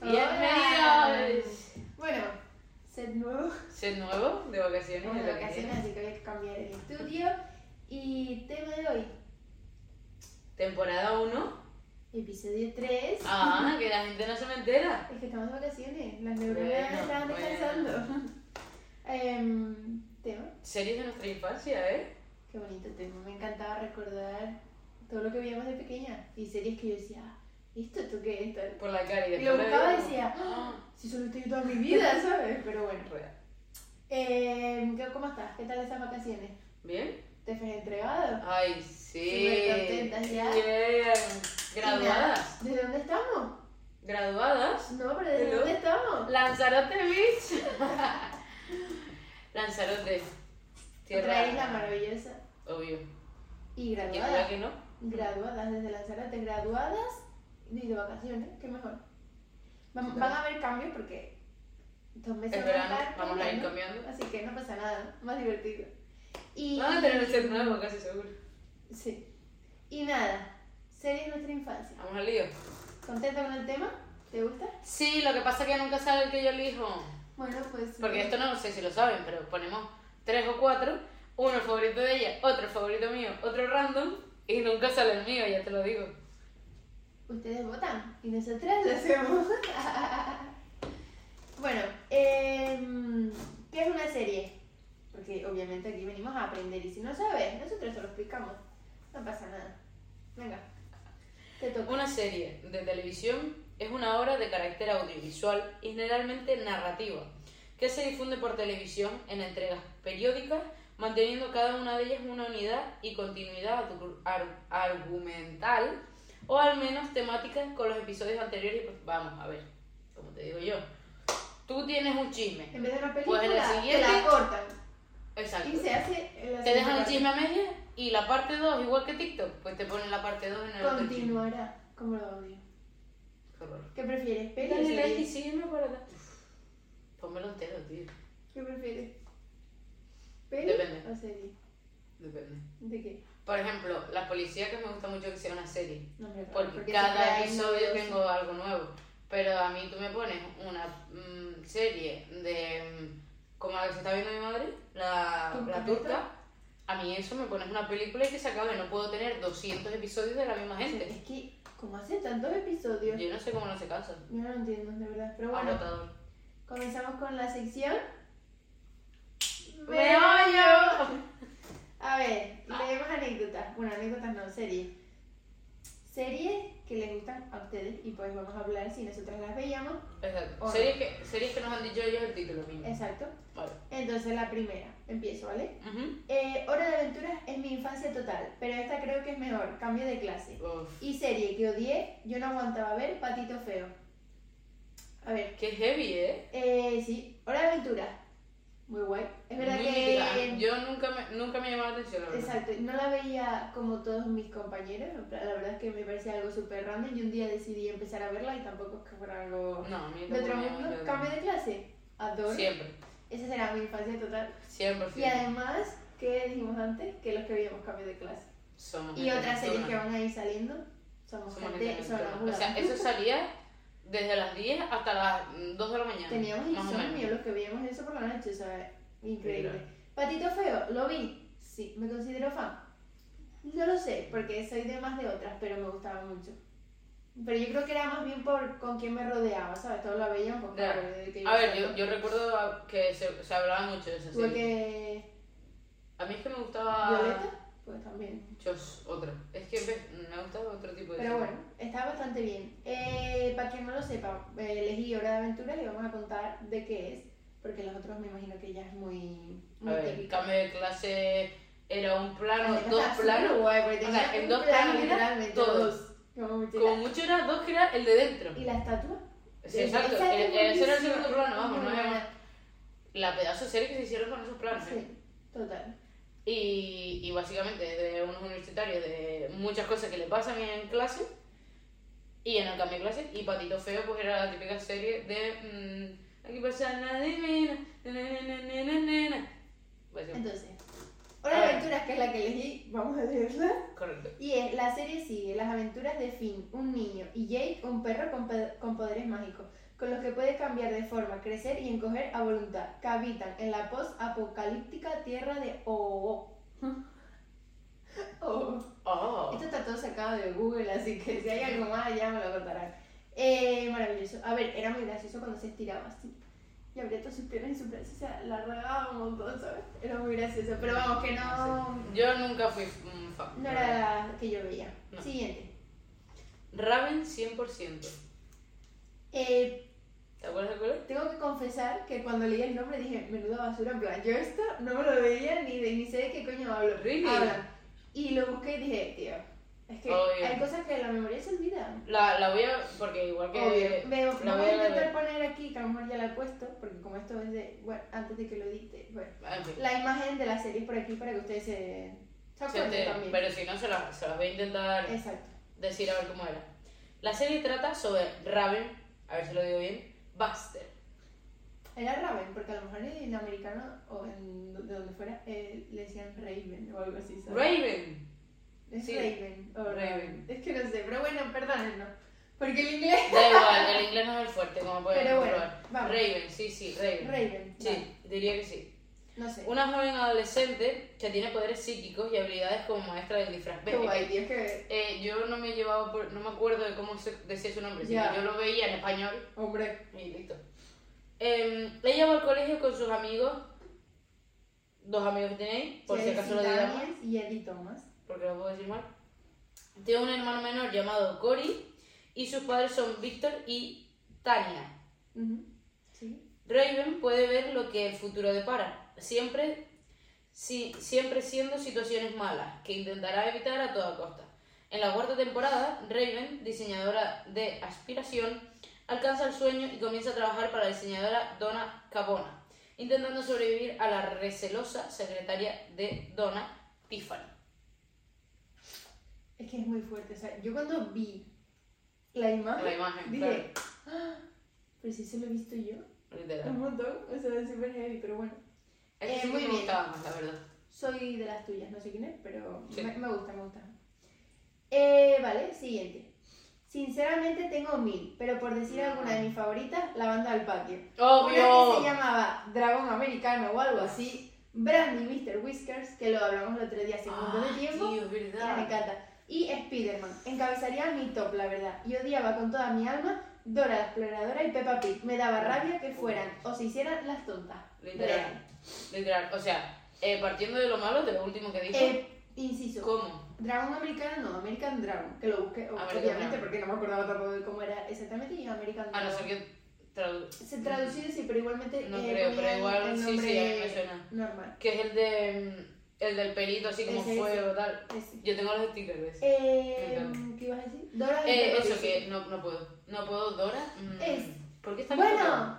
Oh, Bienvenidos. Bueno, set nuevo. Set nuevo de vacaciones. Bueno, de lo que vacaciones, sea. así que voy a cambiar el estudio. Y tema de hoy, Temporada 1. episodio 3. Ah, que la gente no se me entera. Es que estamos de vacaciones, las neuronas Bueno, están bueno. descansando. Em, tema, Series de nuestra infancia, ¿eh? qué bonito tema. Me encantaba recordar todo lo que veíamos de pequeña y series que yo decía, "Ah, ¿esto tú qué es? Tal. Por la cara y Y lo después la buscaba y veo. decía, Ah, Si solo estoy toda mi vida, ¿sabes? Pero bueno. real. Em, ¿qué- ¿Cómo estás? ¿Qué tal esas vacaciones? ¿Bien? ¿Te fue entregado? Ay, sí. Súper contentas ya. Bien. nada, Graduadas. ¿Desde dónde estamos? Graduadas. No, pero ¿desde Hello. dónde estamos? Lanzarote Beach. Lanzarote. Otra isla maravillosa. Obvio. Y ¿Quién diga graduadas. que no? Graduadas desde Lanzarote. Graduadas y de vacaciones. Qué mejor. Va- Van, a haber cambios porque dos meses Es van a verano, estar vamos a ir cambiando, cambiando. Así que no pasa nada. Más divertido. Y, Vamos a tener un set nuevo, casi seguro. Sí. Y nada. Series de nuestra infancia. Vamos al lío. ¿Contenta con el tema? ¿Te gusta? Sí, lo que pasa es que nunca sale el que yo elijo. Bueno, pues. Porque esto no sé si lo saben, pero ponemos tres o cuatro. Uno el favorito de ella, otro el favorito mío, otro random. Y nunca sale el mío, ya te lo digo. Ustedes votan y nosotras lo hacemos. bueno, em, ¿qué es una serie? Porque obviamente aquí venimos a aprender y si no sabes, nosotros te lo explicamos. No pasa nada. Venga, te toca. Una serie de televisión es una obra de carácter audiovisual y generalmente narrativa, que se difunde por televisión en entregas periódicas, manteniendo cada una de ellas una unidad y continuidad argu- ar- argumental, o al menos temática con los episodios anteriores. Pues Vamos, a ver, como te digo yo, tú tienes un chisme. En vez de una película, Pues en la te la siguiente- cortan. Exacto. Y se hace en la Te siguiente dejan el parte. chisme a media y la parte 2, igual que TikTok, pues te ponen la parte 2 en el otro chisme. Continuará como lo audio. Qué horror. ¿Qué prefieres? ¿Peli o Dale like y serie? sígueme por acá. Pónmelo entero, tío. ¿Qué prefieres? ¿Peli Depende. o serie? Depende. ¿De qué? Por ejemplo, la policía que me gusta mucho que sea una serie. No, hombre, Porque, siempre cada hay episodio novedoso. tengo algo nuevo. Pero a mí tú me pones una mm, serie de. mm, como la que se está viendo mi madre, la, ¿Turca? la turca. A mí eso me pones una película y que se acabe. No puedo tener 200 episodios de la misma gente. Es que, como hace tantos episodios, Yo no sé cómo no se cansa. yo no lo entiendo, de verdad. Pero bueno, Agotador. comenzamos con la sección. ¡Meollo! A ver, Ah. leemos anécdotas. Bueno, anécdotas no, series. Series que les gustan a ustedes y pues vamos a hablar si nosotras las veíamos. Exacto. Hola. Series que, series que nos han dicho ellos el título mismo. Exacto. Vale. Entonces, la primera. Empiezo, ¿vale? Ujú. Eh, Hora de aventuras es mi infancia total, pero esta creo que es mejor. Cambio de clase. Uf, Y serie que odié, yo no aguantaba ver Patito Feo. A ver, Qué heavy, ¿eh? eh, sí, Hora de Aventura. Muy guay. Es verdad Muy mítica. Ah, que. Yo nunca me, nunca me llamó la atención, la verdad. Exacto, no la veía como todos mis compañeros. en plan, La verdad es que me parecía algo súper random y un día decidí empezar a verla y tampoco es que fuera algo. No, a mí De otro tampoco me llamó mundo, la cambio atención. de clase. Adoro. Siempre, Esa será mi infancia total. siempre, Y siempre. además, ¿qué dijimos antes? Que los que veíamos cambio de clase. Somos Y gente otras series que nocturna. van a ir saliendo. Somos, Somos gente, gente nocturna. somos O sea, eso salía desde las 10 hasta las mm, 2 de la mañana. Teníamos más o menos. insomnio los que veíamos eso por la noche, o sea, increíble. Mira. Patito Feo, ¿lo vi? Sí, me considero fan. No lo sé, porque soy de más de otras, pero me gustaba mucho. Pero yo creo que era más bien por con quién me rodeaba, ¿sabes? Todo lo veía un poco. Ya. claro, de que A ver, solo yo, yo recuerdo a- que se, se hablaba mucho de esa Tuve serie. que... A mí es que me gustaba... Violeta, pues también. Chos, otra. Es que ves, me gustaba otro tipo de Pero serie. bueno, está bastante bien. Eh, para quien no lo sepa, eh, elegí Hora de Aventuras y vamos a contar de qué es, porque los otros me imagino que ya es muy, muy A ver, típica. cambio de clase era un plano, Además, dos está súper planos. guay, porque O tenía sea, en un dos plano, planos era literalmente, todo. dos. Como mochila. Como mucho era dos que era el de dentro. ¿Y la estatua? Sí, exacto. el- el- Ese era el segundo plano, vamos, no Muy era buena. la pedazo de serie que se hicieron con esos planes. ¿eh? Sí, total. Y, y básicamente de unos universitarios, de muchas cosas que le pasan en clase y en el cambio de clase. Y Patito Feo, pues era la típica serie de. mm, aquí pasa la divina, na, na, na, na, na, na. Básicamente. Entonces, Hora Ah. de Aventuras, que es la que elegí, vamos a leerla. Correcto. Y es, la serie sigue las aventuras de Finn, un niño, y Jake, un perro con, pe- con poderes mágicos, con los que puede cambiar de forma, crecer y encoger a voluntad, que habitan en la post-apocalíptica tierra de Oo. Oo. Oh. Esto está todo sacado de Google, así que si hay algo más ya me lo contarán. Eh, maravilloso. A ver, era muy gracioso cuando se estiraba así. Y abría todas sus piernas y su brazo se alargaba un montón, ¿sabes? Era muy gracioso. Pero vamos, que no, Yo nunca fui mm, fan. no era la que yo veía. No. Siguiente. Raven 100%. Eh, ¿Te acuerdas de cuál es? tengo que confesar que cuando leí el nombre dije, menuda basura, en plan, yo esto no me lo veía ni, de, ni sé de qué coño hablo. Really? Hablan. Y lo busqué y dije, tío, es que Obvio. hay cosas que la memoria se olvidan. La, la voy a. Porque igual que. Obvio. Eh, Me, la no voy voy a a ver. intentar poner aquí, que a lo mejor ya la he puesto, porque como esto es de. Bueno, antes de que lo edite. Bueno, Ah, en fin. la imagen de la serie por aquí para que ustedes se. se Se acuerden enteren, también. pero si no, se las, se las voy a intentar Exacto. decir a ver cómo era. La serie trata sobre Raven, a ver si lo digo bien, Buster. Era Raven, porque a lo mejor en americano o en do- de donde fuera eh, le decían Raven o algo así. ¿sabes? Raven. Es sí. Raven o Raven. Raven. Es que no sé, pero bueno, perdónennos. Porque el inglés. Da igual, el inglés no es el fuerte, como pueden Pero bueno, comprobar. vamos. Raven, sí, sí, Raven. Raven. Sí, vale, diría que sí. No sé. Una joven adolescente que tiene poderes psíquicos y habilidades como maestra del disfraz. Qué Ven, guay, tío, que. eh, yo no me llevaba por, no me acuerdo de cómo se decía su nombre, sino Ya. yo lo veía en español Hombre. Y listo. Em, ella va al colegio con sus amigos, dos amigos que tenéis, por si Chelsea acaso lo digo mal, Daniels y Eddie Thomas. porque lo puedo decir mal. Tiene un hermano menor llamado Cory y sus padres son Víctor y Tania. Ujú, Sí. Raven puede ver lo que el futuro depara, siempre, si- siempre siendo situaciones malas, que intentará evitar a toda costa. En la cuarta temporada, Raven, diseñadora de aspiración, alcanza el sueño y comienza a trabajar para la diseñadora Donna Capona, intentando sobrevivir a la recelosa secretaria de Donna, Tiffany. Es que es muy fuerte. O sea, yo cuando vi la imagen, La imagen, dije, "Ah, pero si eso lo he visto yo. Un literal. montón. O sea, es súper heavy, pero bueno. Es que Eh, sí que muy me bien. gustaba más, la verdad. Soy de las tuyas, no sé quién es, pero Sí. me, me gusta, me gusta. Eh, vale, siguiente. Sinceramente tengo mil, pero por decir alguna de mis favoritas, la banda al patio. Una que se Ah. ¡Obvio! llamaba Dragón Americano o algo así. Brandy Mr. Whiskers, que lo hablamos el otro día hace un montón de tiempo. Ah, tío, es Me verdad. encanta. Y Spider-Man. Encabezaría mi top, la verdad. Y odiaba con toda mi alma Dora la Exploradora y Peppa Pig. Me daba rabia que fueran o se hicieran las tontas. Literal. Literal, o sea, eh, partiendo de lo malo, de lo último que dijo, Eh, inciso. ¿cómo? Dragon americano, no, American Dragon. Que lo busqué, o- American obviamente, Dragon. porque no me acordaba tampoco de cómo era exactamente. Y American A Ah, no Dragon. ser que tradu- Se traducido, sí, pero igualmente. No eh, creo, pero ponían igual el sí, sí, nombre a mí me suena. Normal. que es el de mm, el del pelito así como Ese, ese. fuego tal. Ese. Yo tengo los stickers de ese. Eh, Eh, encanta. ¿Qué ibas a decir? Dora la Exploradora, Eh, eso sí. que no, no puedo. No puedo, Dora. mm, Es. ¿Por qué está Bueno.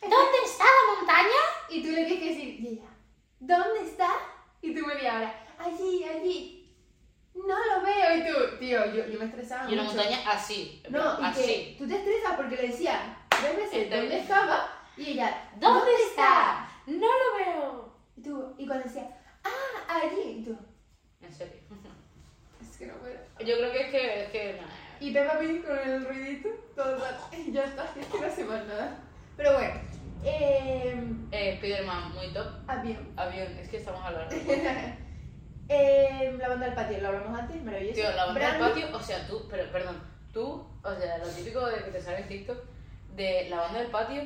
¿Dónde está la montaña? Y tú le tienes que decir, y ella, ¿dónde está? Y tú me ahora, allí, allí. No lo veo. Y tú, tío, yo, yo me estresaba. Y la mucho. montaña así. No, y así. que tú te estresas porque le decía, tres veces, Está ¿dónde bien. estaba? Y ella, ¿Dónde está? No lo veo. Y, tú, y cuando decía, ah, allí. Y tú, En serio. es que no puedo. Yo creo que es que es que nah. Y Peppa Pig con el ruidito, todo el rato. Y ya está, es que no hace más nada. Pero bueno, eh, eh, Spider-Man muy top. avión. Avión, es que estamos hablando. Eh, la banda del patio, lo hablamos antes, maravilloso. Tío, la banda del Brandy- patio, o sea, tú, pero perdón, tú, o sea, lo típico de que te sale en TikTok, de la banda del patio,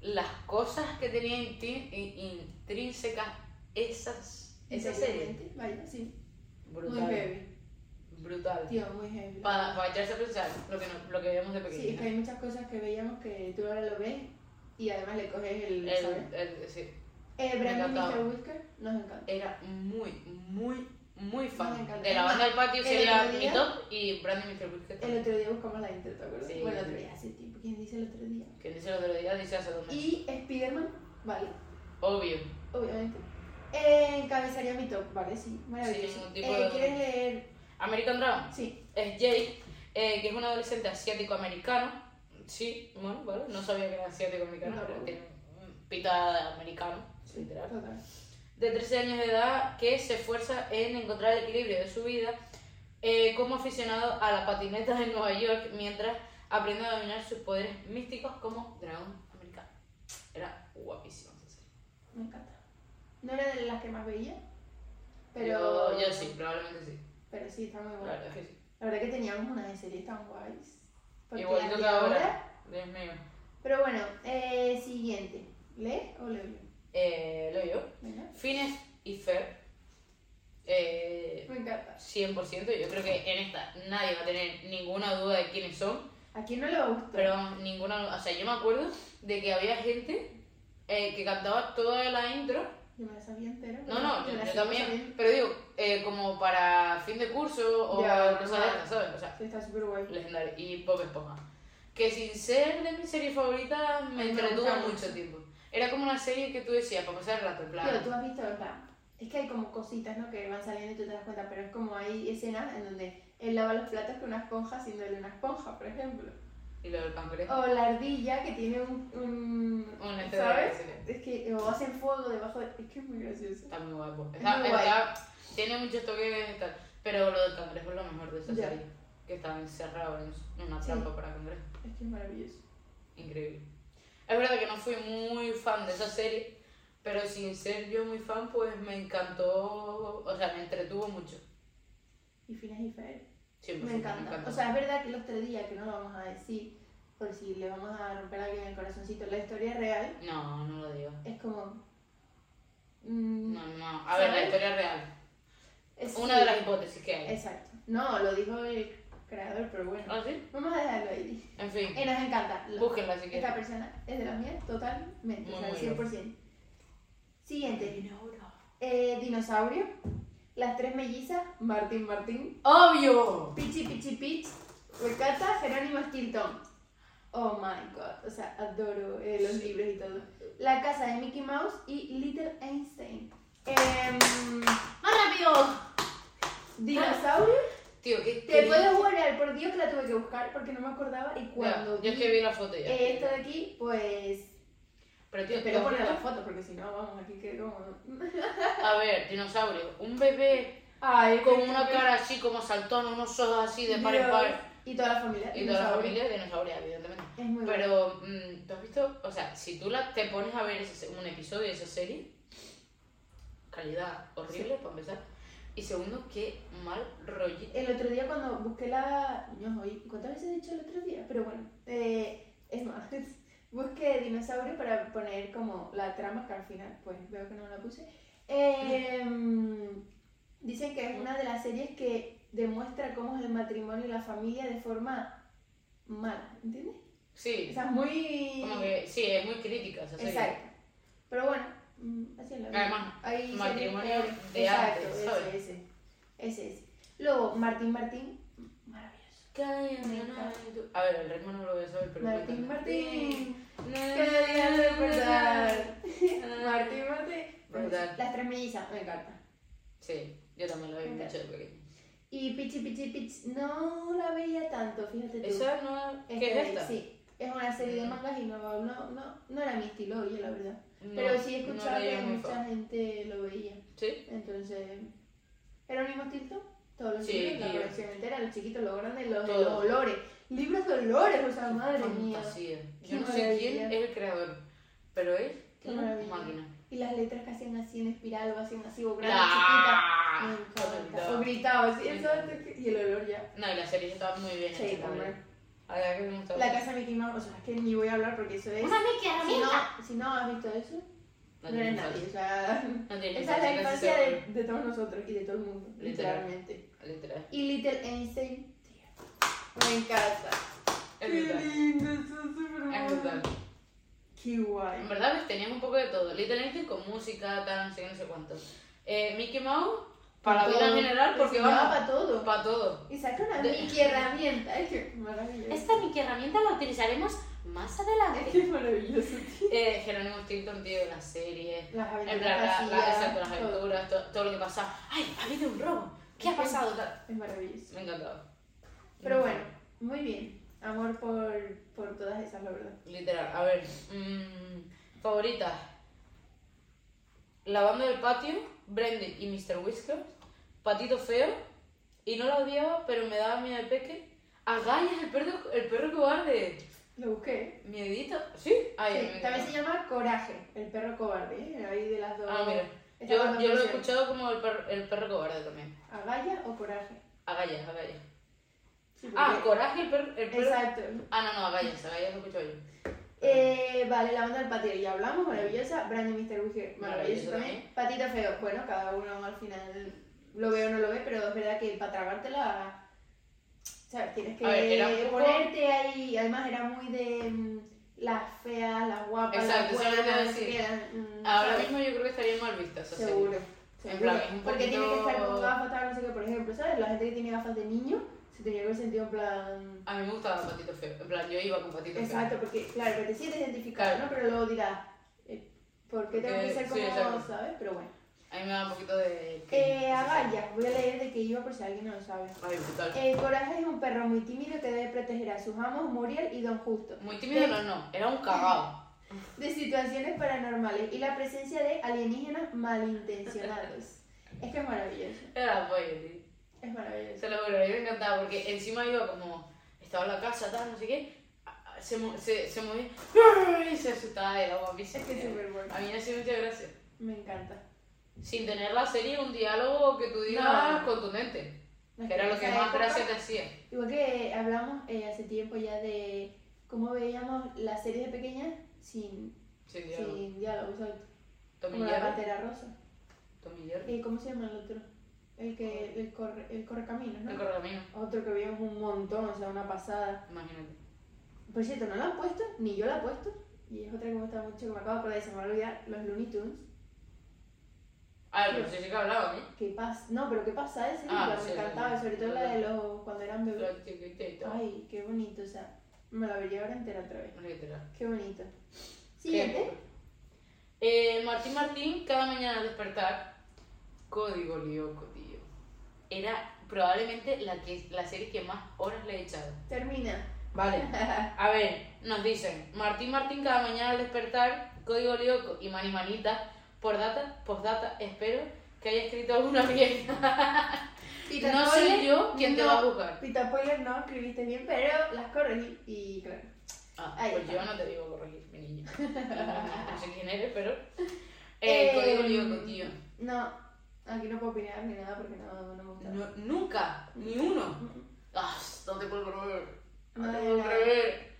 las cosas que tenía inti- in- intrínsecas esas, esa serie. Interiormente, Vaya, sí. Muy Brutal. heavy. Brutal. Tío, muy heavy. Para echarse a pensar lo que, no- lo que veíamos de sí, es pequeños. que hay muchas cosas que veíamos que tú ahora lo ves y además le coges el. ¿sabes? El- el- sí. Eh, Brandy encantaba. Mr. Whisker nos encanta. Era muy, muy, muy Me fan. encanta. De la banda del patio El sería otro mi día- top y Brandy Mr. Brisket. El otro día buscamos la intro, ¿te acuerdas? Sí. Bueno, el otro día, hace tiempo. ¿Quién dice el otro día? Que dice el otro día, dice hace dos meses. Y Spider-Man, vale, Obvio. obviamente. Eh, encabezaría mi top, vale, sí, maravilloso. ningún tipo Eh, de- Ah, ¿Quieres leer? American Dragon. Sí, es Jake, eh, que es un adolescente asiático-americano. Sí, bueno, vale, no sabía que era asiático-americano, No. pero tiene pinta de americano, literal. total. de 13 años de edad que se esfuerza en encontrar el equilibrio de su vida eh, como aficionado a la patineta de Nueva York mientras aprende a dominar sus poderes místicos como dragón americano. Era guapísimo esa serie. Me encanta. No era de las que más veía, pero. Pero yo sí, probablemente sí. Pero sí, está muy La bueno. verdad es que sí. La verdad que teníamos unas de series tan guays. Porque Igualito las que de ahora. Dios mío. Pero bueno, eh, siguiente. ¿Lee o leo yo? Eh, lo yo. Venga. Fines y Fer. Eh, Me encanta. 100%. Yo creo que en esta nadie va a tener ninguna duda de quiénes son. ¿A quién no le gustó? Pero vamos, ninguna. O sea, yo me acuerdo de que había gente eh, que cantaba toda la intro. Yo me la sabía entera. No, no, yo, me la yo sigo también. sabiendo. Pero digo, eh, como para fin de curso o Ya, cosas de normal. estas, ¿sabes? O sea, Sí, Está súper guay. legendario. Y Bob Esponja. Que sin ser de mi serie favorita, A mí me me entretuvo gusta mucho mucho. tiempo. Era como una serie que tú decías para pasar el rato, en plan. Pero tú has visto, en plan, es que hay como cositas, ¿no? Que van saliendo y tú te das cuenta, pero es como hay escenas en donde él lava los platos con una esponja haciéndole una esponja, por ejemplo. Y lo del cangrejo. O la ardilla que tiene un... un- Un este de- Oh, ¿Sabes? sí. Es que o hacen fuego debajo de... Es que es muy gracioso. Está muy guapo. Es Está, muy guay. está- tiene muchos toques y tal. Pero lo del cangrejo es lo mejor de esa Ya. serie. Que estaba encerrado en en una Sí. trampa para cangrejo. Es que es maravilloso. Increíble. Es verdad que no fui muy fan de esa serie. Pero sin ser yo muy fan, pues me encantó. O sea, me entretuvo mucho. Y fines y fer. Siempre Me encanta. O sea, es verdad que los tres días que no lo vamos a decir, por si le vamos a romper a alguien el corazoncito, la historia real No, no lo digo. es como... mm, No, no. A ver, la ¿Sabes? historia es real. es- Una de las hipótesis que hay. Exacto. No, lo dijo el creador, pero bueno. ¿Ah, sí? Vamos a dejarlo ahí. En fin. Eh, nos encanta. Lo- Búsquenla si Esta quieren. persona es de las mías totalmente, o sea, al Muy bien. 100%. Siguiente, eh, dinosaurio, las tres mellizas, Martín Martín, ¡Obvio! Pichi Pichi Pich, Recata, Jerónimo Stilton. Oh my god, o sea, adoro eh, los libros y todo. La casa de Mickey Mouse y Little Einstein. Em, ¡Más rápido! dinosaurio. Tío, ¿qué Te puedo jugar, por Dios que la tuve que buscar porque no me acordaba y cuando Ya, Yo es vi que vi la foto ya. eh, esto de aquí, pues... Pero tío, Espero te poner juro- las fotos porque si no, vamos, aquí que como... A ver, dinosaurio. Un bebé Ay, con una cara así como saltón, unos ojos así de par en par. Y toda la familia. Y toda la dinosaurio. familia dinosauria, evidentemente. Es muy bueno. Pero, mm, ¿tú has visto? O sea, si tú la, te pones a ver ese se- un episodio de esa serie, calidad horrible, para empezar. Y segundo, qué mal rollito. El otro día cuando busqué la... No, oí, ¿cuántas veces he dicho el otro día? Pero bueno, eh, es más, busqué dinosaurio para poner como la trama que al final, pues veo que no la puse. Eh, dicen que es una de las series que demuestra cómo es el matrimonio y la familia de forma mala, ¿entiendes? O Sí, sea, muy... como que, sí, es muy crítica esa serie. Exacto. Pero bueno, mm, así es la vida. Además, Hay matrimonio series peores. de Exacto, antes, ese, ¿sabes? Ese, ese, ese. Luego, Martín Martín, maravilloso. A ver, el ritmo no lo voy a saber, pero... Martín Martín, que debías de verdad recordar. Martín Martín. Brutal. Las tres mellizas, me encanta. Sí, yo también la vi Me mucho de pequeña. Y Pichi Pichi Pichi, no la veía tanto, fíjate tú. ¿Esa no Este, ¿Qué es esta? Sí, es una serie de Mm. mangas y no, no, no, no era mi estilo, oye, la verdad. No, Pero sí no escuchaba la que llevo muy mucha fan. gente lo veía. ¿Sí? Entonces, Jerónimo Stilton, todos los Sí, libros, la libros. colección entera, los chiquitos, los grandes, los, Todo. los olores. Libros de olores, o sea, madre mía. Fantasía. Yo Qué no sé quién maravilla. es el creador, pero él Qué tiene maravilla. máquina. Y las letras que hacían así en espiral o hacían así, o grande, chiquita. Me ¡Ah! encanta. O gritaba así, Me eso, y el olor ya. No, y la serie estaba muy bien Sí, hecha hombre. también. La verdad que me gustaba. La casa de Mickey Mouse, o sea, es que ni voy a hablar porque eso es. Mickey, Si no, si no has visto eso, no, No tiene eres infancia. nadie. O sea, No esa tiene es la infancia, infancia casi de, de todos nosotros y de todo el mundo, Literal. literalmente. seguro. Literal. Y Little Einstein, tío, me encanta. Es Qué brutal. lindo, está súper Es bueno. brutal. Qué guay. En verdad pues, teníamos un poco de todo. Little Einstein con música, tal, no sé qué, no sé cuánto. Eh, Mickey Mouse para la Todo. vida en general porque Sí, va para todo. para todo. Y saca una De- Mickey herramienta. Es que maravilloso. Mickey herramienta la utilizaremos más adelante. Es que es maravilloso, tío. Eh, Jerónimo Stilton, tío, la serie. Las En aventuras. plan, la- así, la- ya, exacto, las todo. aventuras, to- todo lo que pasa. ¡Ay, ha habido un robo! ¿Qué ha pasado? Tal. Es maravilloso. Me encantaba. Pero bueno, muy bien. Amor por, por todas esas, la verdad. Literal, a ver. mm, favoritas. La banda del patio, Brandy y Mr. Whiskers, Patito Feo, y no la odiaba, pero me daba miedo el peque. Agallas, el perro, el perro cobarde. Lo busqué. Miedito. Sí, ahí Sí, también se llama Coraje, el perro cobarde, ¿eh? Ahí de las dos. Ah, mira. estas las Yo, dos yo lo he versiones. escuchado como el perro, el perro cobarde también. ¿Agalla o coraje? Agallas, agallas. Sí, Ah, porque- coraje, el perro. El perro- Exacto. Ah, no, no, agallas, agallas lo he escuchado yo. Eh, vale, la banda del patio, ya hablamos, maravillosa. Brandy Mr. Wicker, maravilloso Maravilloso también. Patito feo, bueno, cada uno al final lo ve o no lo ve, pero es verdad que para tragártela. ¿Sabes? Tienes que A ver, era un poco- ponerte ahí. Además, era muy de mm, las feas, las guapas, Exacto, las eso es lo que buenas. iba a decir. que eran, mm, Ahora ¿sabes? mismo yo creo que estaría mal vista esa serie. Seguro. En seguro. plan, es un Porque tiene que poquito- estar con gafas, tal, no sé qué, por ejemplo, ¿sabes? La gente que tiene gafas de niño se tenía que haber sentido en plan. A mí me gustaba Patito Feo. En plan, yo iba con Patito Exacto, porque claro, que te sientes identificado, Claro. ¿no? Pero luego dirás, eh, ¿por qué tengo Eh, que ser sí, como exacto. ¿sabes? Pero bueno. Feo. A mí me daba un poquito de. Eh, Agaya, voy a leer de qué iba por si alguien no lo sabe. Ay, brutal. Eh, Coraje es un perro muy tímido que debe proteger a sus amos, Muriel y Don Justo, Muy tímido no, no. Era un cagao. de situaciones paranormales y la presencia de alienígenas malintencionados. es que es maravilloso, Era la polla, tío. es maravilloso. Se lo juro, a mí me encantaba porque encima iba como. Estaba en la casa, tal, no sé qué. a- a- Se, mo- se, se movía. Y se asustaba de la guapísima. Es que es súper bueno, A mí me hace mucha gracia. me encanta. Sin tener la serie, un diálogo que tú digas contundente. Que era lo que Esa más época- gracia te hacía. Igual que hablamos eh, hace tiempo ya de cómo veíamos las series de pequeñas sin Sin diálogo. Sin diálogo, exacto. Tommy Como la Jerry. pantera rosa. Tommy Jerry. ¿Y cómo se llama el otro? El que el corre, el correcaminos, El ¿no? correcamino. Otro que vimos un montón, o sea, una pasada. Imagínate. Por cierto, no lo han puesto, ni yo la he puesto. Y es otra que me gusta mucho, que me acabo de acordar, y se me va a olvidar, los Looney Tunes. Ah, pero sí sí que hablaban, ¿eh? ¿Qué pasa? No, pero ¿qué pasa? Ese Ah, libro sí, me sí, encantaba, sí. sobre todo la de los cuando eran bebés. Los chiquititos. Ay, qué bonito, o sea, me la vería ahora entera otra vez. Literal. Qué bonito. Siguiente. Eh, Martín Martín, cada mañana al despertar, Código Lioco, tío. Era probablemente la, que, la serie que más horas le he echado. Termina. Vale. A ver, nos dicen, Martín Martín, cada mañana al despertar, Código Lioco y Mani Manita, por data, postdata, espero que haya escrito alguna mierda. no Pitapoiler, sé yo quién te va a no. buscar. Pita Spoiler no escribiste bien, pero las corregí y claro. Ah, Ahí pues está. yo no te digo corregir, mi niña. No sé quién eres, pero... Eh, Eh, Código Lioco, tío. No, aquí no puedo opinar ni nada porque no, no me gusta. No, nunca, ni uno. Ah, no te puedo creer. No te Ay, puedo no. creer.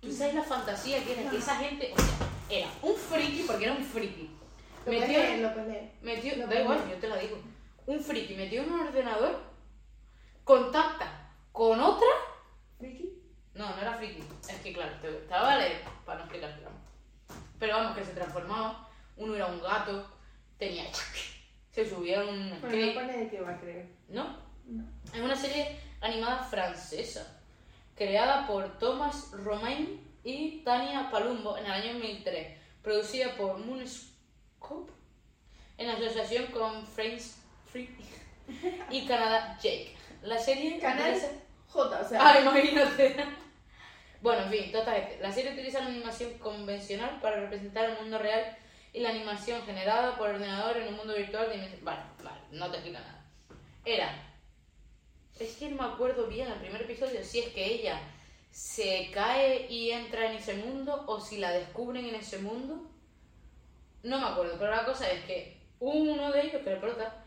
¿Tú sabes la fantasía que era? Que esa gente, o sea, era un friki porque era un friki. Lo puedes Metió, leer, lo puedes leer. metió- lo da igual, primero. yo te la digo. Un friki metió en un ordenador, contacta con otra. Ricky. No, no era friki. Es que claro, te, te la voy a leer para no explicar trama. Pero vamos, que se transformaba. Uno era un gato, tenía. Se subía a un Bueno, no skate. pone de qué va, creo. ¿No? No. Es una serie animada francesa, creada por Thomas Romain y Tania Palumbo en el año 2003, producida por Moonscope en asociación con Friends Free y Canadá Jake. La serie Canal utiliza- J, o sea. Ah, imagínate. Bueno, en fin, total. este. La serie utiliza la animación convencional para representar el mundo real y la animación generada por ordenador en un mundo virtual. de dimensión- Vale, vale, no te explica nada. Era. Es que no me acuerdo bien el primer episodio si es que ella se cae y entra en ese mundo o si la descubren en ese mundo. No me acuerdo, pero la cosa es que uno de ellos, que era el prota,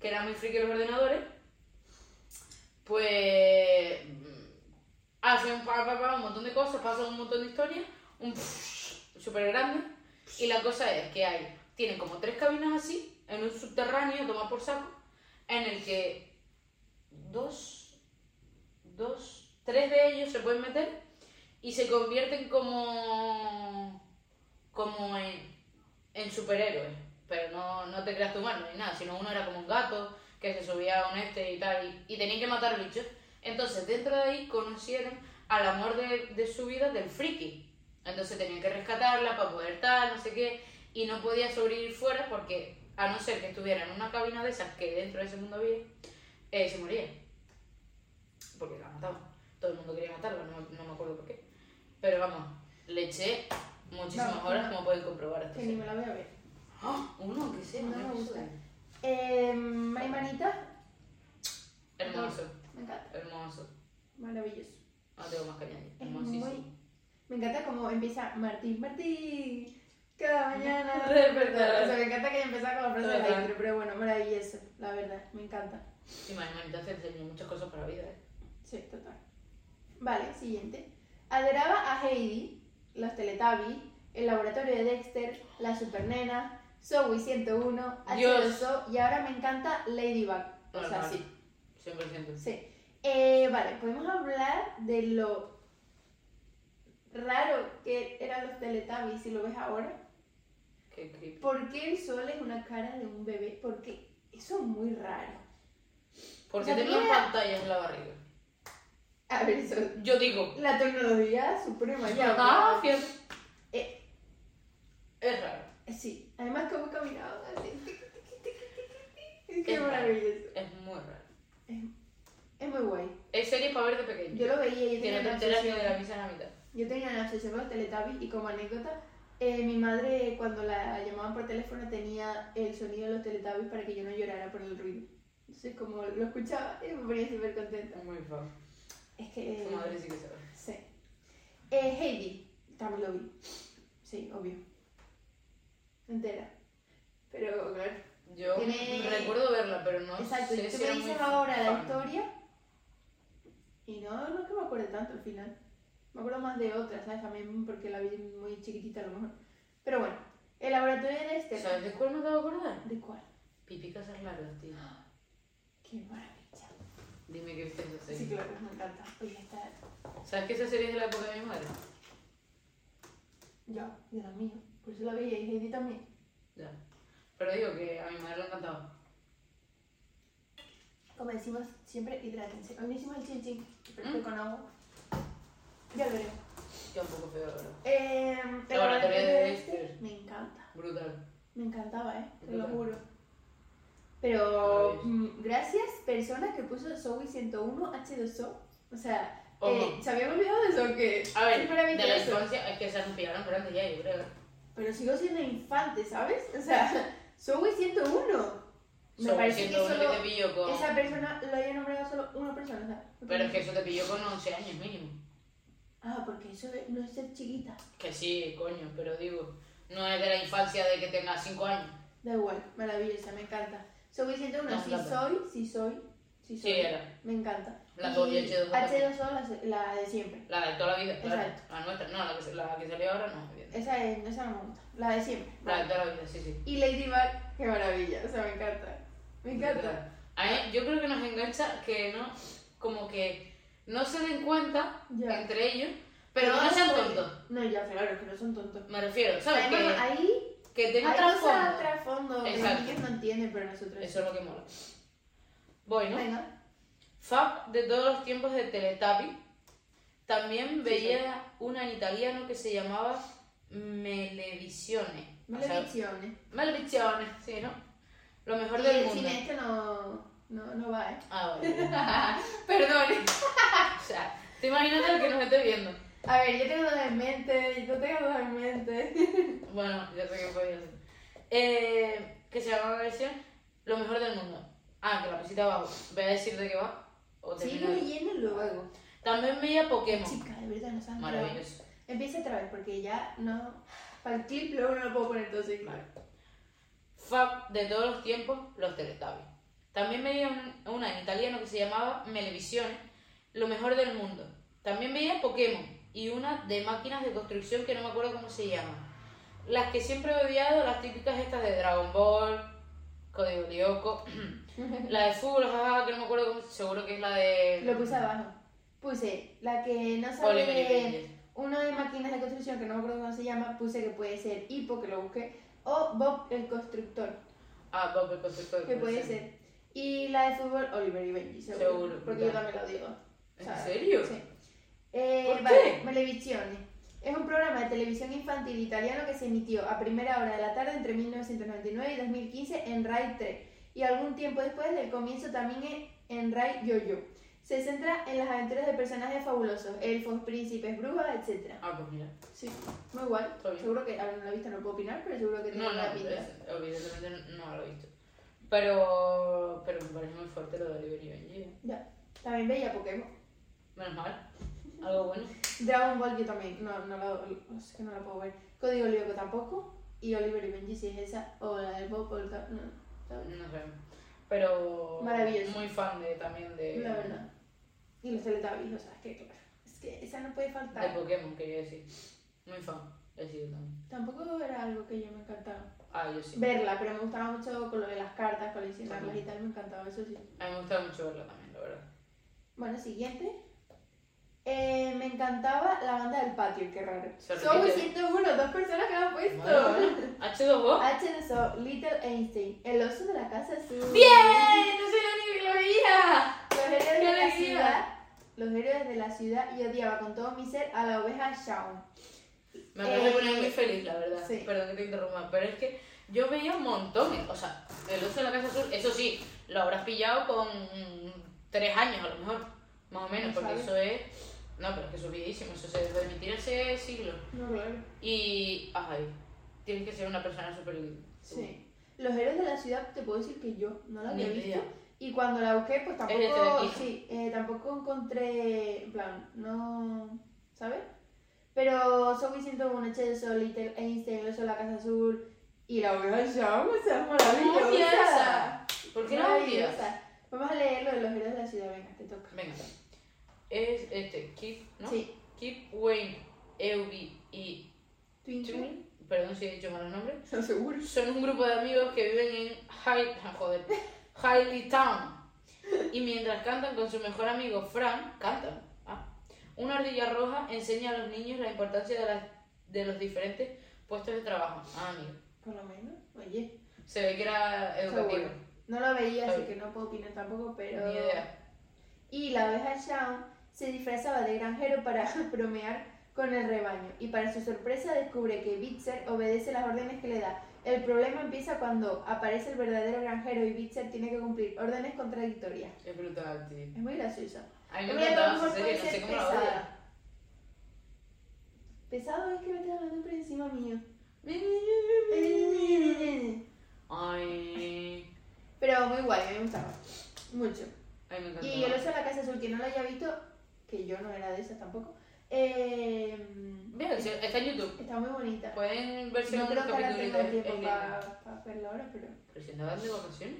que era muy friki de los ordenadores, pues mm, hace un, pa, pa, pa, un montón de cosas, pasa un montón de historias, un súper grande, y la cosa es que hay, tienen como tres cabinas así, en un subterráneo, toma por saco, en el que dos, dos, tres de ellos se pueden meter y se convierten como, como en, en superhéroes, pero no, no te creas tu mano ni nada, sino uno era como un gato que se subía a un este y tal, y, y tenían que matar bichos. Entonces, dentro de ahí conocieron al amor de, de su vida del friki. Entonces tenían que rescatarla para poder tal, no sé qué, y no podía sobrevivir fuera porque, a no ser que estuviera en una cabina de esas que dentro de ese mundo había, eh, se moría. Porque la mataban. Todo el mundo quería matarla, no, no me acuerdo por qué. Pero vamos, le eché muchísimas Vamos, horas, vamos. como pueden comprobar. a esta Que ni serie. me la voy a ver. ¡Ah! Uno, que sé, No no me me gusta. gusta. Eh, Mari Manita, Hermoso, me encanta. hermoso. Maravilloso. No tengo más que añadir. Es muy... Hermosísimo. Me encanta cómo empieza Martín, Martín. Cada mañana Al despertar. O sea, me encanta que haya empezado como frase de la Total. intro, pero bueno, maravilloso, la verdad, me encanta. Sí, madre mía, entonces enseñó muchas cosas para la vida, ¿eh? Sí, total. Vale, siguiente. Adoraba a Heidi, los Teletubbies, el laboratorio de Dexter, la Supernena, Zoey 101, Dios. H2O y ahora me encanta Ladybug. O sea, Normal. sí. 100%. Sí. Eh, vale, podemos hablar de lo raro que eran los Teletubbies si lo ves ahora. Qué creep. ¿Por qué el sol es una cara de un bebé? Porque eso es muy raro. ¿Por qué Ya tenían tenía- pantallas en la barriga? A ver, eso. Yo digo. La tecnología suprema ya. Ah, ¿no? fíjate. Eh. Es raro. Sí, además como caminaban así. tiqui, tiqui, tiqui, tiqui, tiqui. Qué Es raro. maravilloso. Es muy raro. Es muy guay. Es serie para ver de pequeño. Yo lo veía y yo que tenía no te una enteras ni obsesión. de la misa en la mitad. Yo tenía una obsesión con los Teletubbies y como anécdota, eh, mi madre cuando la llamaban por teléfono tenía el sonido de los Teletubbies para que yo no llorara por el ruido. Entonces como lo escuchaba y me ponía súper contenta. Es muy feo. Es que... Su madre sí que sabe. Sí. Eh, Heidi, también lo vi. Sí, obvio. Entera. Pero claro. Yo Tiene- recuerdo verla, pero no Exacto, y sé tú si me era muy dices ahora la fan. historia y no, no es que me acuerde tanto al final. Me acuerdo más de otra, ¿sabes? También porque la vi muy chiquitita a lo mejor. Pero bueno, el laboratorio de este. ¿Sabes de cuál me acabo de acordar? ¿De cuál? Pipi Casas Largas, tío. ¡Qué maravilla! Dime qué viste esa Sí, serie. claro, me encanta. Oye, está. ¿Sabes que esa serie es de la época de mi madre? Yo, de la mía. Por eso la veía y Heidi también. Ya. Pero digo que a mi madre le encantaba. Como decimos siempre, hidrátense. Hoy no hicimos el chin chin, pero Mm. fue con agua. Ya lo veremos. Que un poco feo, la verdad. Eh, el Laboratorio laboratorio de este. de Dexter. Dexter Me encanta. Brutal. Me encantaba, ¿eh? Te lo Brutal. juro. Pero ah. Maravilloso. mm, gracias, persona que puso Zoe 101 H2O. O sea, Ojo. eh, se habían olvidado de eso, que A es ver, de la maravilloso. infancia es que se ampliaron por antes ya, yo creo. Pero sigo siendo infante, ¿sabes? O sea, Zoe 101. Me Sobre parece que 101 solo te pilló con... esa persona lo haya nombrado solo una persona, o sea, me Pero es que parece- eso te pilló con 11 años mínimo. Ah, porque eso de- no es ser chiquita. Que sí, coño, pero digo, no es de la infancia de que tengas 5 años. Da igual, maravillosa, me encanta. Zoe 101, No, sí claro. soy, sí soy, sí Sí, soy. era. Me encanta. La doble Y H2O. H2O, la, se- la de siempre. La de toda la vida, claro. Exacto. La nuestra, no, la que, la que salió ahora no, evidente. Esa, es, esa no me gusta. La de siempre. La de toda la vida, sí, sí. Y Ladybug, qué maravilla. O sea, me encanta. Me encanta. A mí- yo creo que nos engancha que no, como que no se den cuenta Ya. entre ellos, pero no, sean soy- tontos. No, ya, claro, que no son tontos. Me refiero, ¿sabes? Además, Que, ahí que hay tenga cosas trasfondo. trasfondo que los Exacto. niños no entienden, pero nosotros. Eso es lo que mola. Bueno, Venga. Fab de todos los tiempos de Teletubby. También Sí, veía una en italiano que se llamaba Melevisione. O sea, Maledicciones. Melevisione, sí, ¿no? Lo mejor Y del el mundo. cine este no, no, no va, ¿eh? Ah, bueno. Perdón. o sea, te imaginas el que nos esté viendo. A ver, yo tengo dos en mente, yo tengo dos en mente. Bueno, ya sé que podía ser. Eh, que se llamaba Melevisione, Lo mejor del mundo. Ah, que la cosita va. Voy a decir de qué va. O Sí, termino. leyendo luego. También veía Pokémon. Chica, de verdad, no saben nada. Maravilloso. Empieza otra vez porque ya no. Para el clip luego no lo puedo poner todo seguido. Vale. Fab de todos los tiempos, los Teletubbies. También veía un- una en italiano que se llamaba Melevisione, lo mejor del mundo. También veía Pokémon y una de máquinas de construcción que no me acuerdo cómo se llaman. Las que siempre he odiado, las típicas estas de Dragon Ball, Código Lyoko, la de fútbol, jajaja, que no me acuerdo cómo, seguro que es la de... Lo puse abajo. Puse la que no sabe Oliver y de Benji. uno de máquinas de construcción que no me acuerdo cómo se llama, puse que puede ser Hippo, que lo busqué, o Bob el constructor, Ah, Bob el constructor. que puede ser. Y la de fútbol, Oliver y Benji, seguro. Seguro, porque ya. yo también lo digo. O ¿En sea, serio? Sí. Eh, ¿Por vale, qué? Melevisione. Es un programa de televisión infantil italiano que se emitió a primera hora de la tarde entre 1999 y 2015 en RAI 3 y algún tiempo después del comienzo también en- en RAI YoYo. Se centra en las aventuras de personajes fabulosos, elfos, príncipes, brujas, etc. Ah, pues mira. Sí, muy guay. Está bien. Seguro que, a ver, no lo he visto, no puedo opinar, pero seguro que tiene No, no, buena pinta. es- evidentemente no lo he visto. Pero, pero me parece muy fuerte lo de Oliver y Benji. ¿eh? Ya. También veía Pokémon. Menos mal. Algo bueno. Dragon Ball yo también, no, no lo, no sé que no lo puedo ver. Código Lyoko tampoco. Y Oliver y Benji si es esa, o la del Bob, o el ca- no, ¿sabes? No sé. Pero Maravilloso. muy fan de, también de, La verdad. Y los Teletubbies, o sea, es que claro. Es que esa no puede de faltar. Pokémon, quería decir. Muy fan. He sido también. Tampoco era algo que yo me encantaba. Ah, yo sí. Verla, pero me gustaba mucho con lo de las cartas, coleccionarlas y También. tal, me encantaba, eso sí. A mí me gustaba mucho verla también, la verdad. Bueno, siguiente. Eh, me encantaba la banda del patio, qué raro. Se Somos repite. 101, dos personas que lo han puesto. Bueno, Ah. H2O. H2O, Little Einstein, el oso de la casa azul. ¡Bien! ¡No soy la única que lo veía! Los héroes de la alegría! ciudad. Los héroes de la ciudad y odiaba con todo mi ser a la oveja Shaun. Me acabo de poner Eh, muy feliz, la verdad. sí. Perdón que te interrumpa, pero es que yo veía un montón. O sea, el uso de la Casa Azul, eso sí, lo habrás pillado con mm, tres años a lo mejor, más o menos, No porque sabes. eso es. No, pero es que eso es viejísimo, eso se debe emitir hace siglos. No, claro. Y. Ay, tienes que ser una persona súper. Sí. Los héroes de la ciudad, te puedo decir que yo no la Ni había visto. idea. Y cuando la busqué, pues este de tampoco, aquí. sí, eh, tampoco encontré, en plan, no, ¿sabes? Pero Zoe 101, H de Sol, Little Einstein, Los de la Casa Azul y la oveja Shaun, o sea, es maravillosa. ¡Maravillosa! ¿Por qué no odias? Maravillosa. Vamos a leer lo de los héroes de la ciudad, venga, te toca. Venga. Es este, Keep, ¿no? Sí. Keep, Wayne, E Eubi y Twinkle. Tune, perdón si he dicho mal el nombre, No, seguro. son un grupo de amigos que viven en High, ah, joder, Highly Town. Y mientras cantan con su mejor amigo Frank, cantan. ah, una ardilla roja enseña a los niños la importancia de, las- de los diferentes puestos de trabajo. Ah, amigo. Por lo menos, oye, Se ve que era educativo. Seguro. no lo veía, así Ay. que no puedo opinar tampoco, pero... Ni idea. Y la oveja Shaun se disfrazaba de granjero para bromear con el rebaño. Y para su sorpresa descubre que Bitzer obedece las órdenes que le da. El problema empieza cuando aparece el verdadero granjero y Bitzer tiene que cumplir órdenes contradictorias. Es brutal, tío. Es muy graciosa. A mí me Hombre, a lo encantaba mejor esa puede serie, no sé ser cómo la odia. pesada. Pesado es que me estás hablando por encima mío. Ay, Pero muy guay, me gustaba. Mucho. ay, me encantó. Y el oso de la casa azul, que no lo haya visto, que yo no era de esas tampoco, eh, Vean, está en YouTube. está muy bonita. Pueden verse no unos creo que ahora capítulos tenga de tiempo para verla ahora, pero Pero si andaban de vacaciones,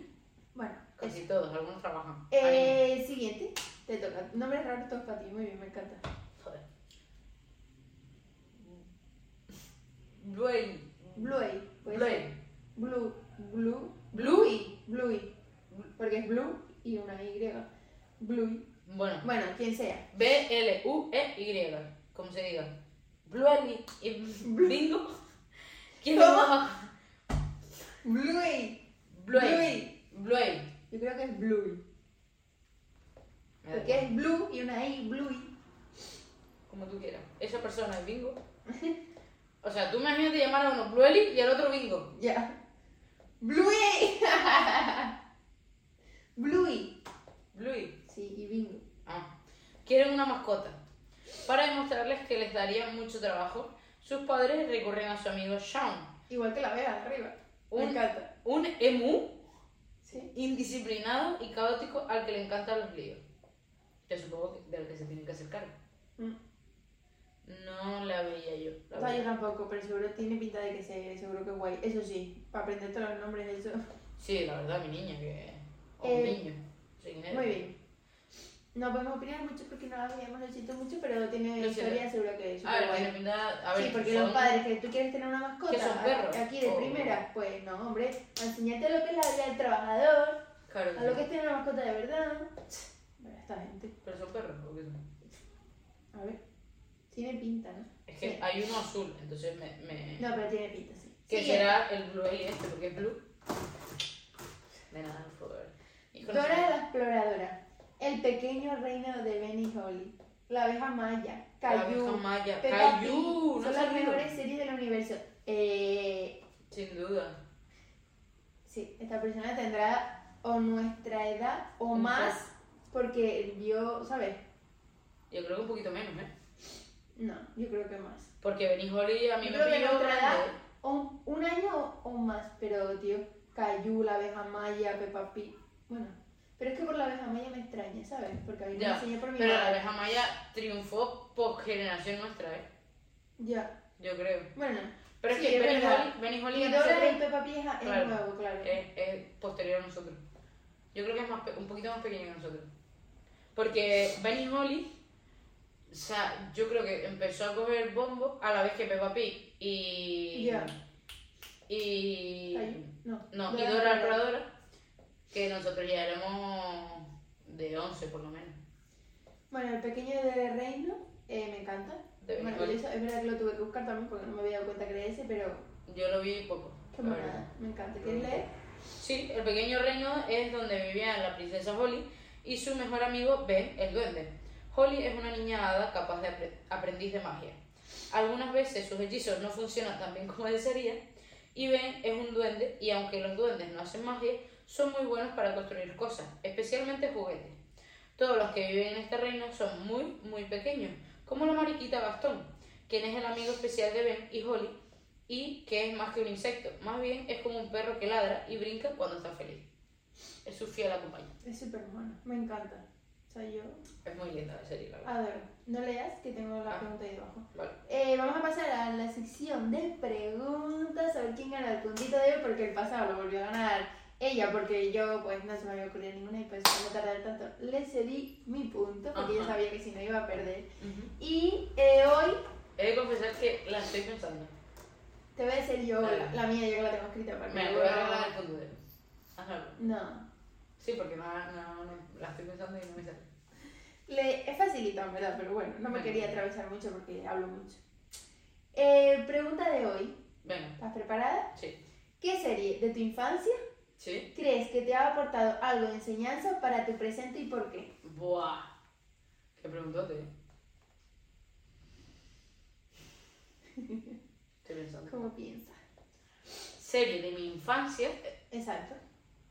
bueno. casi eso. todos, algunos trabajan. Ánimo. Eh, siguiente, te toca. Nombres raros todos para ti, muy bien, me encanta. Joder. Bluey. Bluey, puede ser. Bluey. Blue, blue, Bluey. bluey, porque es blue y una Y. Bluey. Bueno, Bueno, quien sea. B-L-U-E-Y. E, Como se diga. Bluey. y- Bingo. ¿Quién ¿Cómo? lo Bluey. Bluey. Bluey. Yo creo que es bluey. Me da Porque es blue y una I, bluey. como tú quieras. Esa persona es bingo. O sea, tú imagínate llamar a uno Blueli y al otro bingo. Ya. Bluey. bluey. Bluey. Sí, y bingo. Ah. Quieren una mascota. Para demostrarles que les daría mucho trabajo, sus padres recurren a su amigo Sean, Igual que la vea de arriba. Un- Me encanta. un emu Sí. indisciplinado y caótico al que le encantan los líos. Que supongo que- del que se tienen que hacer cargo. Mm. No la veía yo. la O sea, yo verdad. tampoco, pero seguro tiene pinta de que se, seguro que es guay. Eso sí, para aprender todos los nombres, eso. Sí, la verdad, mi niña, que. O un Eh, niño. no sé quién era. Muy bien. No podemos opinar mucho porque no habíamos hecho mucho, pero tiene Lo historia, seguro que es A ver, superguay. tiene pinta. A ver, sí, porque son- los padres que tú quieres tener una mascota son perros, Oh. a- aquí de o- primera, pues no, hombre, enseñarte lo que es la vida del trabajador, Claro, a lo que es tener una mascota de verdad. Bueno, esta gente, pero son perros, ¿o qué son? a ver, tiene pinta, ¿no? Es que Sí. hay uno azul, entonces me. me... No, pero tiene pinta, sí. ¿Qué Sigue. será el blue alien este? Porque es blue. De nada, por favor. Y con Dora eso- la exploradora, el pequeño reino de Benny Holly, la abeja maya, La abeja Caillou, Peppa Maya. Pig, Caillou, no son se las ha oído. mejores series del universo. Eh, Sin duda. Sí, esta persona tendrá o nuestra edad o Un más Porque vio, ¿sabes? Yo creo que un poquito menos, ¿eh? No, yo creo que más. Porque Benny Holly a mí Yo me creo que pilló nuestra edad- grande. O un año o, o más, pero tío, Cayu, la abeja maya, Peppa Pig. Bueno, pero es que por la abeja maya me extraña, ¿sabes? Porque a mí me Ya, enseñó por mi Pero la madre. abeja maya triunfó por generación nuestra, ¿eh? Ya, Yo creo. bueno. Pero Sí, es que es Benny verdad. Holly, Benny Holly Y a Dora nosotros y Peppa Pig es es Claro. eh, nuevo, claro. es, es posterior a nosotros. Yo creo que es más pe- un poquito más pequeño que nosotros. Porque Benny Holly, o sea, yo creo que empezó a coger bombo a la vez que Peppa Pig y... Ya. Y... Cayu, no. No, y Dora la Exploradora, que nosotros ya éramos de 11 por lo menos. Bueno, el pequeño de Reino eh, me encanta. De Benny Bueno, Holly. yo eso- es verdad que lo tuve que buscar también porque no me había dado cuenta que era ese, pero Yo lo vi poco. qué la verdad. monada, me encanta. ¿Quieres leer? Sí, el pequeño reino es donde vivía la princesa Holly y su mejor amigo Ben, el duende. Holly es una niña hada capaz de apre- aprendiz de magia. Algunas veces sus hechizos no funcionan tan bien como desearía y Ben es un duende y aunque los duendes no hacen magia, son muy buenos para construir cosas, especialmente juguetes. Todos los que viven en este reino son muy, muy pequeños, como la mariquita Gastón, quien es el amigo especial de Ben y Holly y que es más que un insecto, más bien es como un perro que ladra y brinca cuando está feliz. Es su fiel acompañante. Es súper mono, me encanta. O sea, yo Es muy linda la serie, la verdad. adoro. No leas que tengo la Ah. pregunta ahí debajo. Vale. Eh, vamos a pasar a la sección de preguntas, a ver quién gana el puntito de hoy, porque el pasado lo volvió a ganar ella, porque yo pues no se me había ocurrido ninguna y pues para no tardar tanto le cedí mi punto, porque yo Ajá. sabía que si no iba a perder. Y eh, hoy He de confesar que la estoy pensando. te voy a decir yo Dale. la, la mía, yo que la tengo escrita para Me la voy a arreglar el punto de Hazlo. No, Sí, porque no, no, no, la estoy pensando y no me sale. Le- es facilito en verdad, pero bueno, no me Venga. quería atravesar mucho porque hablo mucho. Eh, pregunta de hoy, Venga, ¿estás preparada? sí. ¿Qué serie de tu infancia ¿Sí? ¿Crees que te ha aportado algo de enseñanza para tu presente y por qué? Buah. Qué preguntote. eh. Estoy pensando. ¿Cómo piensas? Serie de mi infancia. Exacto.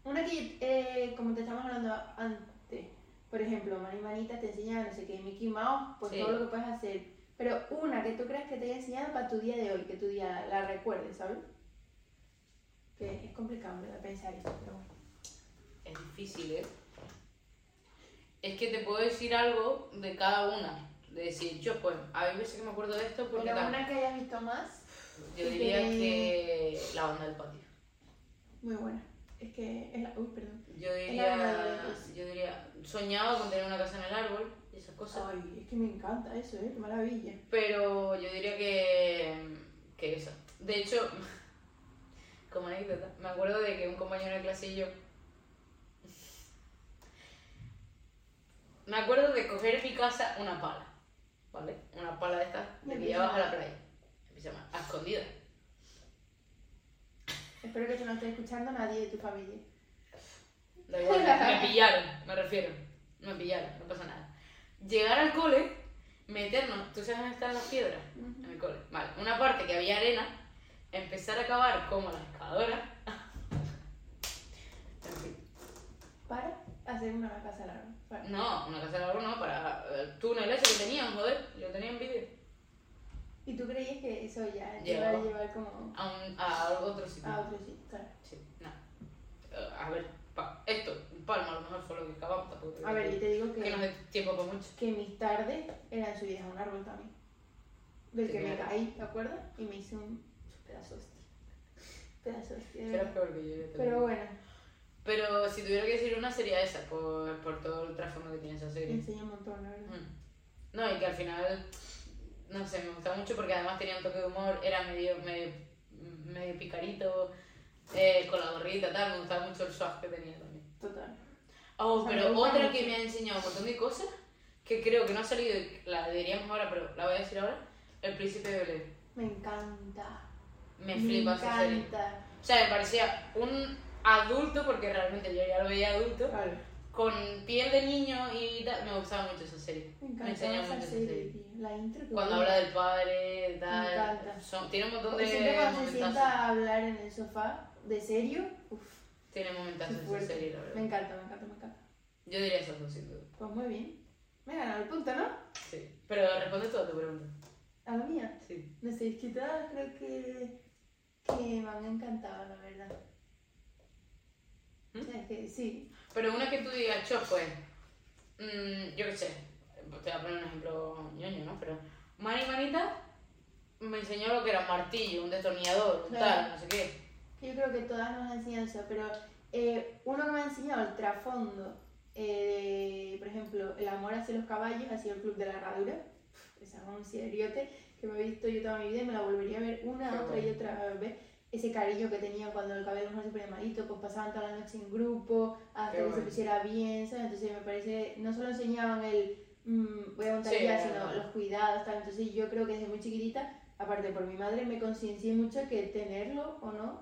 Una que, eh, como te estamos hablando antes, por ejemplo, Mani Manita te enseña no sé qué, Mickey Mouse, pues Sí. todo lo que puedes hacer. Pero una que tú creas que te haya enseñado para tu día de hoy, que tu día la recuerdes, ¿sabes? Que es complicado, ¿verdad? Pensar esto, pero bueno. Es difícil, ¿eh? Es que te puedo decir algo de cada una. De decir, yo, pues, hay veces que me acuerdo de esto porque Pero tal. una que hayas visto más, Yo que- diría que la banda del patio. muy buena. Es que es la. Uy, perdón. Yo banda del diría, patio. yo diría, soñaba con tener una casa en el árbol y esas cosas. Ay, es que me encanta eso, ¿eh? Qué maravilla. Pero yo diría que, que eso. De hecho, como anécdota, me acuerdo de que un compañero de clase y yo. Me acuerdo de coger en mi casa una pala, ¿vale? Una pala de estas Me que pisa. llevabas a la playa. Empieza más, a escondidas. Espero que te no esté escuchando nadie de tu familia. Da igual, me pillaron, me refiero. Me pillaron, no pasa nada. Llegar al cole, meternos, ¿tú sabes dónde están las piedras? Ujú. En el cole. Vale, una parte que había arena, empezar a cavar como la excavadora. En fin. Para hacer una casa larga. Para- No, una casa de árbol no, para el túnel ese que tenían, joder, yo tenía en vídeo. ¿Y tú creías que eso ya te iba Llevaba. a llevar como A, un, a otro sitio. a otro sitio? Claro. Sí, nada. Eh, a ver, pa- esto, un palmo a lo mejor fue lo que cavamos. Tampoco creo A ver, y que, te digo que nos dé que, tiempo para mucho. que mis tardes eran subidas a un árbol también. Del que me Genial. caí, ¿te acuerdas? Y me hice un pedazo de hostia. Pedazo de hostia, de Será verdad. peor que yo. yo Eh, te lo Pero digo. bueno, Pero si tuviera que decir una sería esa, por, por todo el trasfondo que tiene esa me serie. enseñó un montón, la verdad. Mm. No, y que al final, no sé, me gustaba mucho porque además tenía un toque de humor, era medio, medio, medio picarito, eh, con la gorrita, tal, me gustaba mucho el swag que tenía también. Total. Oh, O sea, Ah, me pero gusta otra mucho. que me ha enseñado un montón de cosas, que creo que no ha salido, y que la diríamos ahora, pero la voy a decir ahora, El Príncipe de Belén. Me encanta. Me flipa esa serie. encanta. O sea, me parecía un adulto, porque realmente yo ya lo veía adulto, Claro. con piel de niño y tal. Me gustaba mucho esa serie. Me Me encanta enseñó esa mucho esa serie, serie. tío. La intro que Cuando pone. habla del padre, Me tal. encanta. Son, tiene un montón Porque siempre de cuando se sienta momentazos. a hablar en el sofá, de serio, uff, Tiene momentazos Qué esa fuerte. serie, la me verdad. encanta, me encanta, me encanta. Yo diría esas dos, sin duda. Pues muy bien. Me he ganado el punto, ¿no? Sí. Pero respondes toda tu pregunta. A la mía. Sí. No sé, es que todas creo que, que me han encantado, la verdad. ¿Mm? O sea, es que sí. Pero una que tú digas, chos, pues, mm, yo qué sé, te voy a poner un ejemplo ñoño, ¿no? Pero Mani Manita me enseñó lo que era un martillo, un destornillador, un tal, Claro. no sé qué. Yo creo que todas nos han enseñado eso, pero eh, uno que me ha enseñado el trasfondo, eh, de, por ejemplo, el amor hacia los caballos, ha sido el Club de la Herradura. Esa es un seriote que me he visto yo toda mi vida y me la volvería a ver una, Qué otra y guay. otra vez. Ese cariño que tenía cuando el cabello no se ponía malito, pues pasaban toda la noche en grupo, hasta Qué que se guay. pusiera bien, ¿sabes? Entonces me parece, no solo enseñaban el mm, voy a montar Sí, ya, era- sino los cuidados, tal. Entonces yo creo que desde muy chiquitita, aparte por mi madre, me conciencié mucho que tenerlo o no,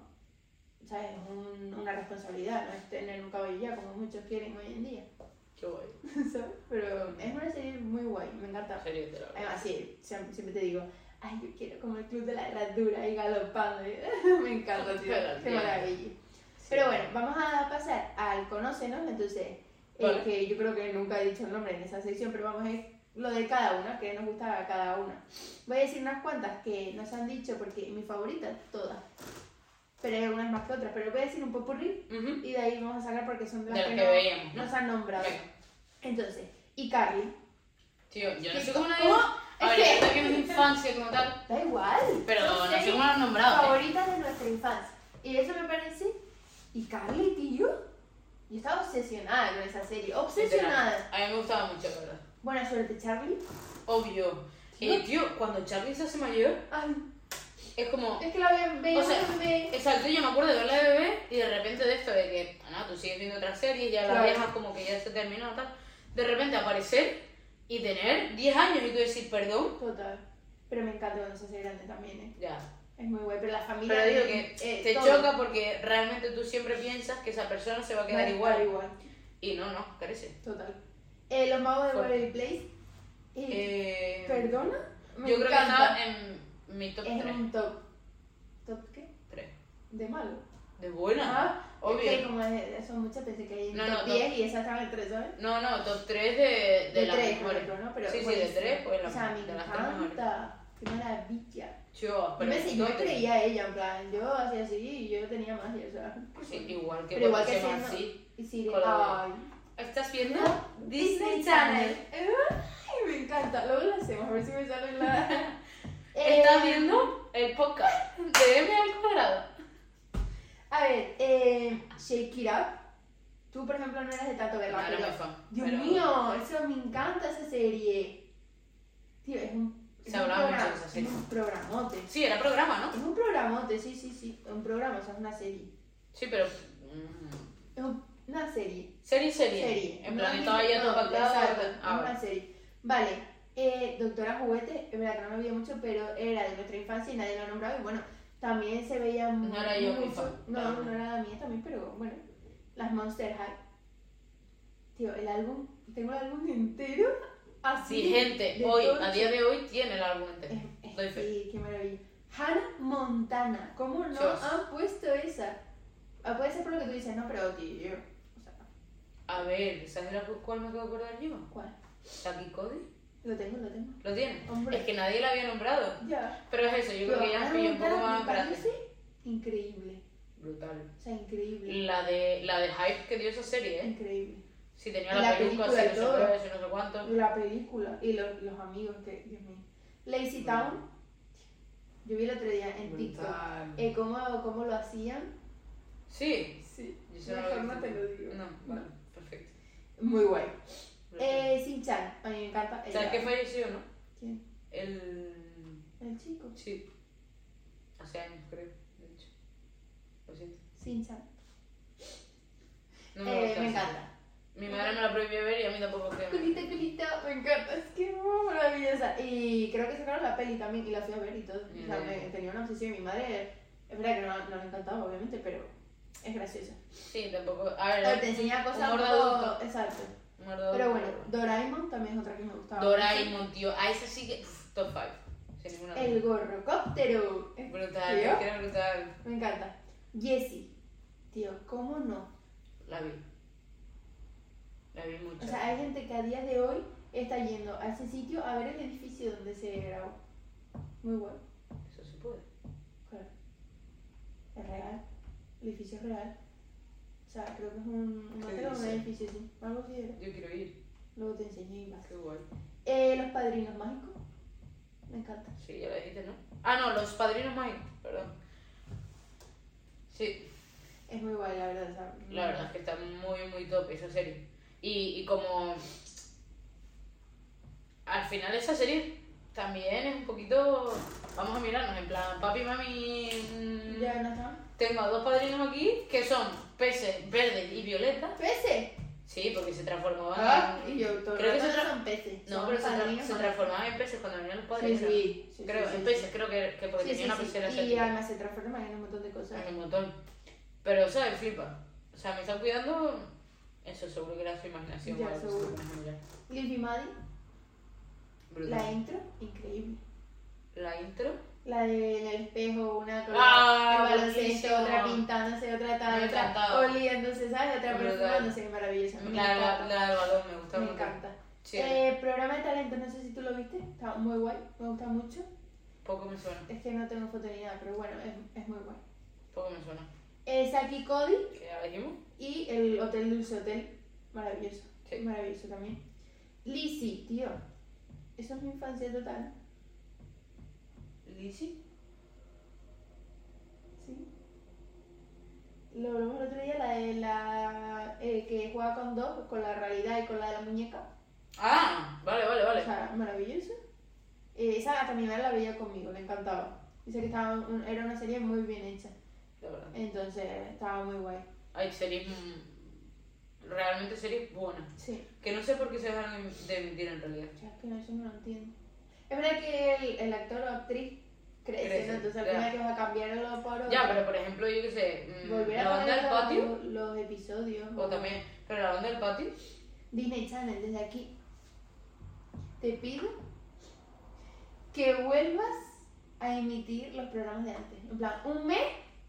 ¿sabes? Es un- una responsabilidad, no es tener un cabello ya como muchos quieren hoy en día, Qué guay. ¿sabes? Pero es una serie muy guay, me encanta. Serio, te lo Además, sí, siem- siempre te digo, ay, yo quiero como el club de la herradura y galopando. me encanta, tío. Pero, Qué tío. maravilla. Pero bueno, vamos a pasar al conócenos, entonces, eh, Vale. que yo creo que nunca he dicho el nombre en esa sección, pero vamos a ir lo de cada una, que nos gusta a cada una. Voy a decir unas cuantas que nos han dicho, porque mis favoritas, todas. Pero hay algunas más que otras, pero voy a decir un popurrí Ujú. y de ahí vamos a sacar porque son las De las que, que no- veíamos, ¿no? nos han nombrado. Venga. Entonces, y Carly. Tío, yo no ¿Qué- sé cómo nadie... cómo? A ver, Es yo que- sé que es mi infancia como tal, Da igual. pero Son no sé series cómo lo han nombrado. ¿eh? favoritas de nuestra infancia. Y eso me parece. Y Carly, tío. Yo estaba obsesionada con esa serie. Obsesionada. A mí me gustaba mucho, la ¿verdad? Buena suerte, Charlie. Obvio. Y tío, cuando Charlie se hace mayor, Ay, es como... es que la veía veía O sea, eh, de bebé. Exacto, yo me acuerdo de verla de bebé y de repente de esto de que, ah, no, tú sigues viendo otras series, ya la Claro. vieja como que ya se terminó, tal. De repente aparecer y tener 10 años y tú decir perdón, Total. Pero me encanta cuando se hace grande también, ¿eh? ya. Es muy guay. Pero la familia. Pero digo de- que eh, te todo. choca porque realmente tú siempre piensas que esa persona se va a Va a quedar estar igual. igual. Y no, no, carece. Total. Eh, los magos de Fuerte. Waverly Place. Eh, Eh, ¿Perdona? Me yo creo que encanta. está en mi top Es 3. un top. ¿Top qué? De malo. De buena. Ah, obvio. Es que como es- son muchas pensé que hay en No, top no, top. 10 y esas están en 3, ¿sabes? No, no, top 3 de, de, De las 3, por mejores. ejemplo, ¿no? Pero sí, sí, de buenísimo. 3, pues la, O sea, me de las 3 mejores. encanta. Qué maravilla. Yo, Yo, me- yo no te- creía ella, en plan, yo hacía así y yo tenía magia, o sea. Sí, igual que Pero igual cuando que se siendo- llama así. Y Siri, Con la- ay. ¿Estás viendo? Ay, me encanta. Luego lo hacemos, a ver si me sale la. ¿Estás Eh, viendo el podcast de M al cuadrado? A ver, eh, Shake It Up. Tú, por ejemplo, no eras de tanto verla, Claro, pero- me fan. Dios pero mío, eso me encanta esa serie. Tío, es un. Se es un hablaba mucho programa- de esa serie. Es un programote. Sí, era programa, ¿no? Es un programote, sí, sí, sí. Un programa, o sea, es una serie. Sí, pero... mm, Es un- una serie. Serie, serie. Serie. En No plan, es estaba ya todo ningún- no, pactado. Exacto, Ah, es vale. una serie. Vale, eh, Doctora Juguete, es verdad que no me veía mucho, pero era de nuestra infancia y nadie lo ha nombrado. Y bueno, también se veía No era yo Ah. muy mucho- fan. No, no era la mía también, pero bueno. Las Monster High. Tío, el álbum, tengo el álbum entero así. Sí, gente, de hoy, todo. a día de hoy, tiene el álbum entero. Es- es- Doy fe. Sí, qué maravilla. Hannah Montana, ¿cómo no Dios. han puesto esa? Ah, Puede ser por lo que tú dices, no, pero tío, o sea, A ver, ¿sabes la cu- cuál me acabo de acordar yo? ¿cuál? Saki Cody. Lo tengo, lo tengo. ¿Lo tiene? Hombre. Es que nadie la había nombrado. Ya. Pero es eso, yo creo que ya nos Hannah pilló un poco Montana más me grande. parece increíble. Brutal. O sea, increíble. La de, la de hype que dio esa serie, ¿eh? Increíble. Si tenía Y la, la peluca, si película no y sé todo. qué, si no sé cuánto. La película y los, los amigos que, Dios mío. Lazy Brutal. Town. Yo vi el otro día en TikTok. Eh, ¿cómo, ¿Cómo lo hacían? Sí. Sí. Yo solo Mejor lo no te hice. lo digo. No, vale, perfecto. Muy guay. Eh, Shin-Chan. A mí me encanta. el ¿Sabes gato. qué falleció, no? ¿Quién? El... El chico. Sí. Hace años, creo, de hecho. Lo siento. Shin-Chan. No Eh, gusta me eso. encanta. Mi madre me la prohibió ver y a mí tampoco creo. Culita, culita, me encanta. Es que es muy maravillosa. Y creo que sacaron la peli también y la fui a ver y todo. O sea, Mm. me- tenía una obsesión. Mi madre, es verdad que no, no le encantaba, obviamente, pero es graciosa. Sí, tampoco. A ver, A ver, te enseña cosas un humor de poco... Exacto. humor de Pero bueno, adulto. Doraemon también es otra que me gustaba. Doraemon, tío. A ese sí que... pff, top 5. Sin ninguna mucho. El duda. gorrocóptero. Es- Brutal, ¿Tío? que era brutal. Me encanta. Jessie. Tío, ¿cómo no? La vi. La vi mucho. O sea, hay gente que a día de hoy está yendo a ese sitio a ver el edificio donde se grabó. Muy bueno. Eso se puede. claro. Es real. El edificio es real. O sea, creo que es un, un ¿Qué hotel o un dice? edificio, sí. Algo así era. Yo quiero ir. Luego te enseño y vas. Qué guay. Eh, los padrinos mágicos. Me encanta. Sí, ya lo dijiste, ¿no? Ah, no, los padrinos mágicos, perdón. Sí, Es muy guay, la verdad. o sea, la verdad es que está muy, muy top esa serie. Y, y como. Al final, esa serie también es un poquito. Vamos a mirarnos, en plan, papi, mami. mm, Ya no está. Tengo a dos padrinos aquí que son peces verdes y violeta. ¡Peces! Sí, porque se transformaban. Ah, en- y yo, todo el creo que rato se tra- son peces. No, son pero se, tra- padrinos se mágicos. transformaban en peces cuando venían los padres. Sí, ¿no? sí, sí, Creo, sí, en sí. peces, creo que, que porque Sí, sí, tenía una sí. pecera Y asiática. además se transforman en un montón de cosas. Hay un montón. Pero, ¿sabes? Flipa. O sea, me está cuidando. Eso seguro que era su imaginación. Ya, o algo que seguro. se me imagina. Guilty Maddie, Brutal. la intro, increíble. La intro. La del espejo, una con Ah, el baloncesto, buenísimo. otra pintándose, otra Me tal, otra encantaba. oliéndose, ¿sabes? Otra Brutal. perfumándose, maravillosa. Me La, la, encanta. la del balón me gusta Me mucho. encanta. Sí, Eh, programa de talento, no sé si tú lo viste, está muy guay, me gusta mucho. poco me suena. Es que no tengo foto ni nada, pero bueno, es, es muy guay. Poco me suena. Eh, Saki Cody ¿Qué ya dijimos? y el Hotel Dulce Hotel, maravilloso. Sí. Maravilloso también. Lizzie, tío, eso es mi infancia total. Lizzie. Sí. Lo hablamos el otro día, la de la eh, que juega con dos, con la realidad y con la de la muñeca. Ah, vale, vale, O vale. sea, maravilloso. Eh, esa gata mi madre la veía conmigo, le encantaba. Dice que estaba un- era una serie muy bien hecha. La verdad. Entonces, estaba muy guay. Hay series. mm, Realmente series buenas. Sí. Que no sé por qué se dejan de emitir en realidad. O sea, es que no, eso no lo entiendo. Es verdad que el, el actor o actriz crece, Crece, ¿no? Entonces al ya. final que vas a cambiarlo por otro. Ya, pero por ejemplo, yo qué sé. mm, Volver la a banda poner del patio. los, los episodios. O también. Pero la banda del patio. Disney Channel, desde aquí te pido que vuelvas a emitir los programas de antes. En plan, un mes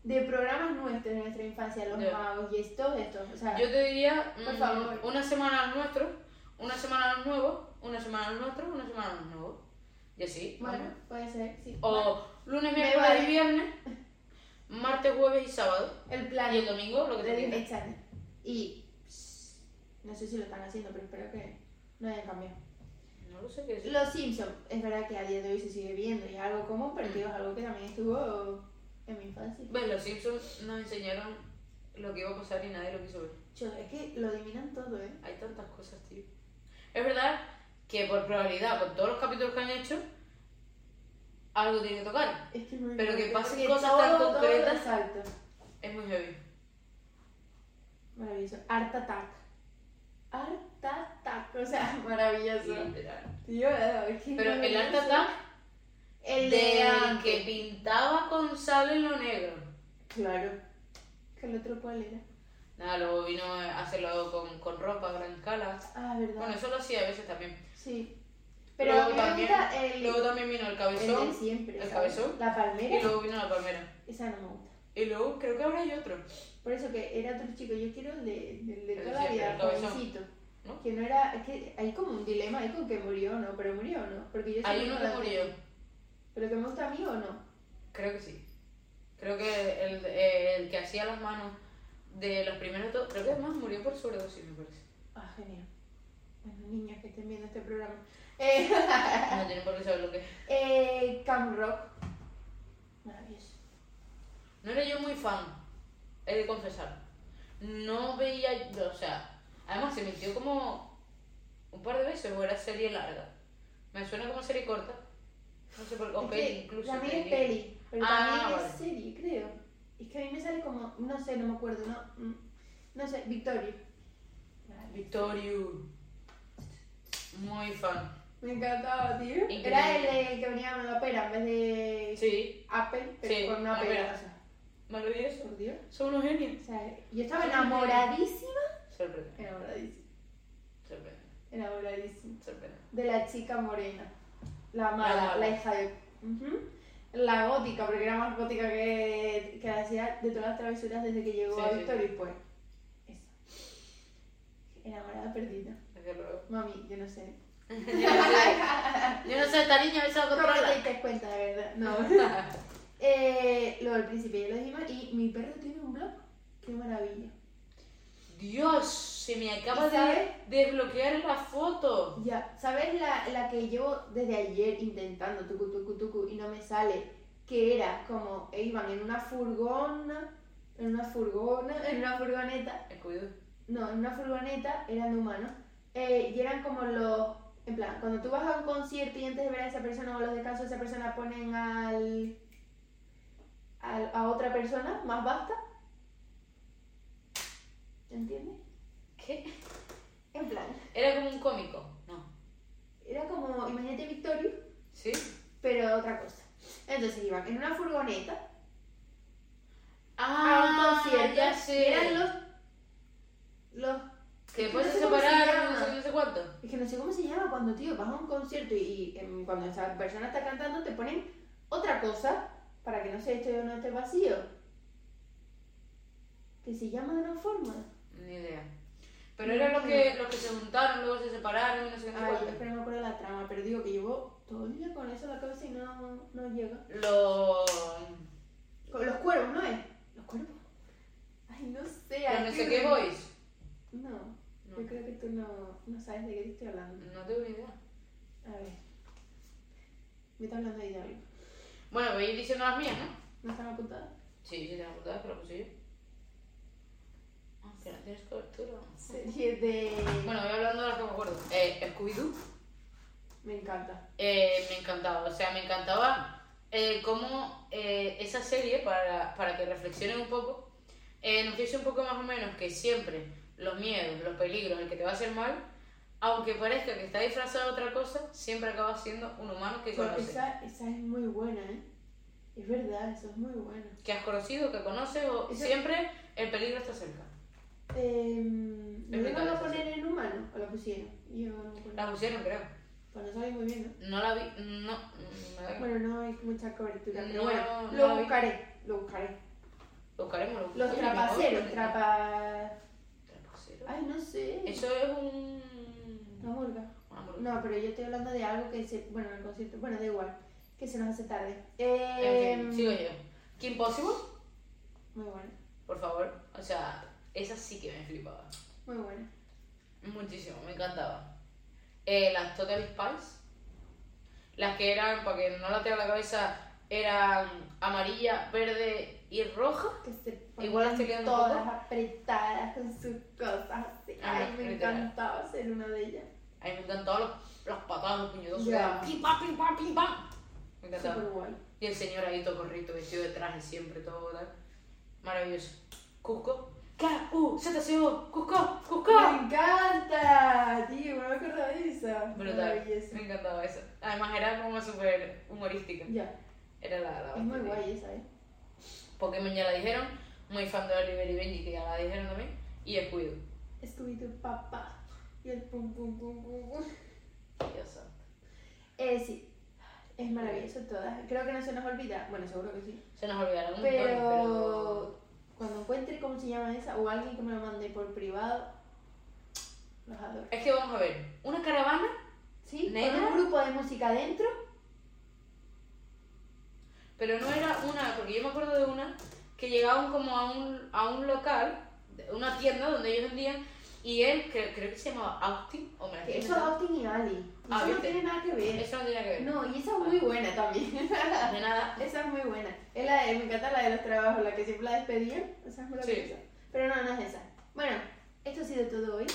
de programas nuestros de nuestra infancia, los Ya. magos y esto, esto. O sea, Yo te diría, Por mm, favor. una semana al nuestro, una semana al nuevo, una semana al nuestro, una semana al nuevo. Y así. bueno, vamos. puede ser, sí. Bueno, O lunes, Me miércoles vale. y viernes, martes, jueves y sábado. el plan Y el domingo, lo que de te Disney diga. Channel. Y pss, no sé si lo están haciendo, pero espero que no haya cambiado. No lo sé qué es. Los Simpsons, es verdad que a día de hoy se sigue viendo y es algo común, pero tío, es algo que también estuvo en mi infancia. ¿Ves? Los Simpsons nos enseñaron lo que iba a pasar y nadie lo quiso ver. Yo, es que lo adivinan todo, ¿eh? Hay tantas cosas, tío. Es verdad que por probabilidad, con todos los capítulos que han hecho, algo tiene que tocar. Es que muy Pero bueno, que pasen porque cosas todo, tan todo concretas. Exacto. Es muy heavy. Maravilloso. Art Attack. Art Attack. O sea, maravilloso. Literal. Tío, es que Pero el Art maravilloso. Attack El de Del que antes. pintaba con sal en lo negro. Claro. Que el otro cuál era. Nada, luego vino a hacerlo con, con ropa a gran escala. Ah, verdad. Bueno, eso lo hacía a veces también. sí. Pero luego, a mí me también, gusta el, luego también vino el el de cabezón siempre. el ¿sabes? cabezón. La y palmera. luego vino la palmera. Esa no me gusta. Y luego creo que ahora hay otro. Por eso que era otro chico, yo quiero el de, del de El toda la siempre, vida, el cabezón. jovencito. ¿No? Que no era, es que hay como un dilema, hay como que murió o no, pero murió o no. Porque yo Hay siempre uno me que la- murió. ¿Pero que me gusta a mí o no? Creo que sí. Creo que el, eh, el que hacía las manos de los primeros dos. Creo que además murió por sobredosis, me parece. Ah, genial. Bueno, niñas que estén viendo este programa. Eh, No tienen por qué saber lo que es. eh, Camp Rock. Maravilloso. No era yo muy fan, he de confesar. No veía, o sea, además se metió como un par de veces o era serie larga. Me suena como serie corta. No sé por qué, o Es peli que incluso. También es peli. peli, pero Ah, también es vale. serie, creo. Es que a mí me sale como, no sé, no me acuerdo, no, mm, no sé, Victoria. Victorio. Muy fan. Me encantaba, tío. Increíble. Era el, de que venía con la pera en vez de Sí, Apple, pero Sí, con una una pera. pera. o sea, maravilloso. por Dios. Son unos genios. O sea, yo estaba enamoradísima. Sorprendente, Enamoradísima. sorprendente, Enamoradísima. sorprendente. De la chica morena. La mala, mala. la hija de. Ujú. La gótica, porque era más gótica que, que hacía de todas las travesuras desde que llegó Sí, a sí. Victoria y pues. Esa. Enamorada perdida. Desde luego. Mami, yo no sé. Yo no sé, esta niña me sabe ¿Cómo te controlar. diste cuenta, de verdad? No. eh, lo del príncipe ya lo dijimos. Y mi perro tiene un blog. Qué maravilla. Dios, se me acaba ¿Y sabes? de desbloquear la foto. Ya, ¿sabes la, la que llevo desde ayer intentando tucu tucu tucu y no me sale? Que era como eh, iban en una furgona, en una furgona, en una furgoneta, Escudo. no, en una furgoneta, eran humanos, eh, y eran como los, en plan, cuando tú vas a un concierto y antes de ver a esa persona o los descansos de esa persona ponen al, al- a otra persona, más basta. ¿Entiendes? ¿Qué? En plan, Era como un cómico. No. era como, imagínate Victorio. ¿Sí? pero otra cosa. Entonces iban en una furgoneta Ah, a un concierto. ya y sé. Ah, Eran los. Los. Que no después sé se cómo se separaron, no llama. sé, no sé cuánto. Es que no sé cómo se llama cuando, tío, vas a un concierto y, y, em, cuando esa persona está cantando te ponen otra cosa para que no se esté no esté vacío. Que se llama de una forma. Ni idea. Pero eran los que, los que se juntaron, luego se separaron y no sé qué. no sé Ay, cuánto. yo es que no me acuerdo la trama, pero digo que llevo todo el día con eso en la cabeza y no, no llega. Los. Con los cuervos, ¿no es? Los cuervos. Ay, no sé. Los ay, no sé qué boys. No. No, Yo creo que tú no, no sabes de qué te estoy hablando. no tengo ni idea. A ver. Me está hablando ahí de algo. Bueno, voy a ir diciendo las mías, ¿no? ¿No están apuntadas? Sí, sí, tengo apuntadas, pero pues sí. Ah, pero no tienes cobertura. Series de. Bueno, voy hablando de las que me acuerdo. Eh, Scooby-Doo. Me encanta. Eh, me encantaba, o sea, me encantaba eh, cómo eh, esa serie, para, para que reflexionen un poco, eh, nos dice un poco más o menos que siempre los miedos, los peligros, el que te va a hacer mal, aunque parezca que está disfrazado de otra cosa, siempre acaba siendo un humano que Pero conoces. Esa, esa es muy buena, ¿eh? Es verdad, eso es muy buena. Que has conocido, que conoces, o Esa- siempre el peligro está cerca. Eh, ¿No Es lo iban verdad, a eso sí. Ah. poner en humano? ¿O la pusieron? Yo no me acuerdo. La pusieron, creo. Pues no sabéis muy bien, ¿no? No la vi, no. no la vi. Bueno, no hay mucha cobertura, pero No, bueno, no lo la vi. buscaré, lo buscaré. Buscaremos lo- Los Oye, trapaceros, mejor. trapas... Trapaceros. Ay, no sé. Eso es un. Una murga. una hamburguesa. No, pero yo estoy hablando de algo que se. Bueno, en el concierto. Bueno, da igual. Que se nos hace tarde. En Eh, fin, Em, sigo yo. Kim Possible, Muy buena. por favor. O sea, esa sí que me flipaba. Muy buena. Muchísimo, me encantaba. Eh, las Total Spice. Las que eran, para que no la tenga en la cabeza, eran amarilla, verde y roja. Que se Igual ponían estoy liando un poco. todas apretadas con sus cosas así. Ah, Ay, me literal. encantaba ser una de ellas. A mí me encantaban los, los patados, los puñetazos. Ya. Pim, pam, pim, pam, pim, pam. Me encantaba. Súper guay. Y el señor ahí todo corrito, vestido de traje siempre, todo tal. Maravilloso. Cusco. uh, K-U-Z-C-O. Cusco, Cusco. ¡Me encanta! Tío, no me acuerdo de esa. Brutal. Maravilloso. Me encantaba eso. Además era como súper humorística. Ya, Era la, la Mm. es muy bastante. guay esa, ¿eh? Pokémon ya la dijeron. Muy fan de Oliver y Benji que ya la dijeron también. Y el cuido. Scooby-Doo, papá. Y el pum pum pum pum pum. Dios santo. Eh, sí. Es maravilloso todas. Creo que no se nos olvida. Bueno, seguro que sí. Se nos olvidaron un montón, Pero cuando encuentre cómo se llama esa o alguien que me lo mande por privado, los adoro. Es que vamos a ver. Una caravana. ¿Sí? Con ¿Negra? un grupo de música adentro. Pero no era una, porque yo me acuerdo de una que llegaban como a un, a un local, una tienda donde ellos vendían, y él, creo, creo que se llamaba Austin, o me la Que eso estoy es inventando. Austin y Ali. Y Ah, eso no ¿viste? tiene nada que ver. Eso no tenía que ver. No, y esa es muy buena también. esa De nada. es muy buena. Es la de, me encanta la de los trabajos, la que siempre la despedían. Esa es maravillosa. Pero no, no es esa. Bueno, esto ha sido todo hoy.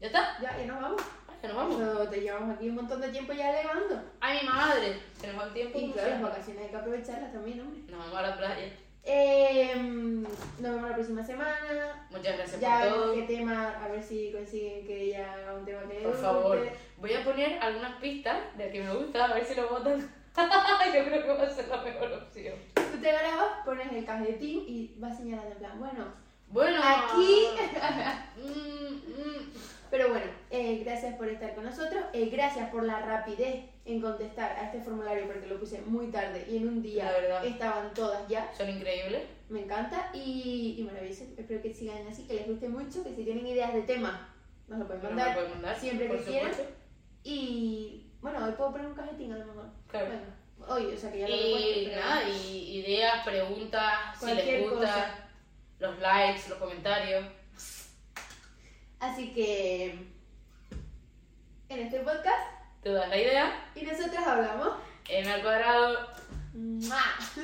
¿Ya está? Ya, ya nos vamos. Ah, que nos vamos. Eso, te llevamos aquí un montón de tiempo ya elevando. ¡Ay, mi madre! Se nos va el tiempo. Y como claro, las siempre. vacaciones hay que aprovecharlas también, hombre. Nos vamos a la playa. Eh, nos vemos la próxima semana. Muchas gracias Ya por vemos todo. qué tema, a ver si consiguen que ella haga un tema que le Por guste. favor. Voy a poner algunas pistas del que me gusta, a ver si lo votan. Yo creo que va a ser la mejor opción. Tú te grabas, pones el cajetín y vas señalando en plan, bueno, Bueno. aquí. Mm, mm. Pero bueno, eh, gracias por estar con nosotros. eh, gracias por la rapidez en contestar a este formulario porque lo puse muy tarde y en un La día verdad. estaban todas ya. Son increíbles. Me encanta y, y maravilloso. Espero que sigan así, que les guste mucho, que si tienen ideas de temas Nos lo pueden Pero me lo mandar. pueden mandar. siempre por que quieran. supuesto. Y bueno, hoy puedo poner un cajetín a lo mejor. Claro. Bueno, hoy, o sea que ya lo Y pero- nada, y ideas, preguntas, si les Cualquier gusta, cosa. los likes, los comentarios. Así que en este podcast ¿Te das la idea? y nosotros hablamos. M al cuadrado ¡Mua!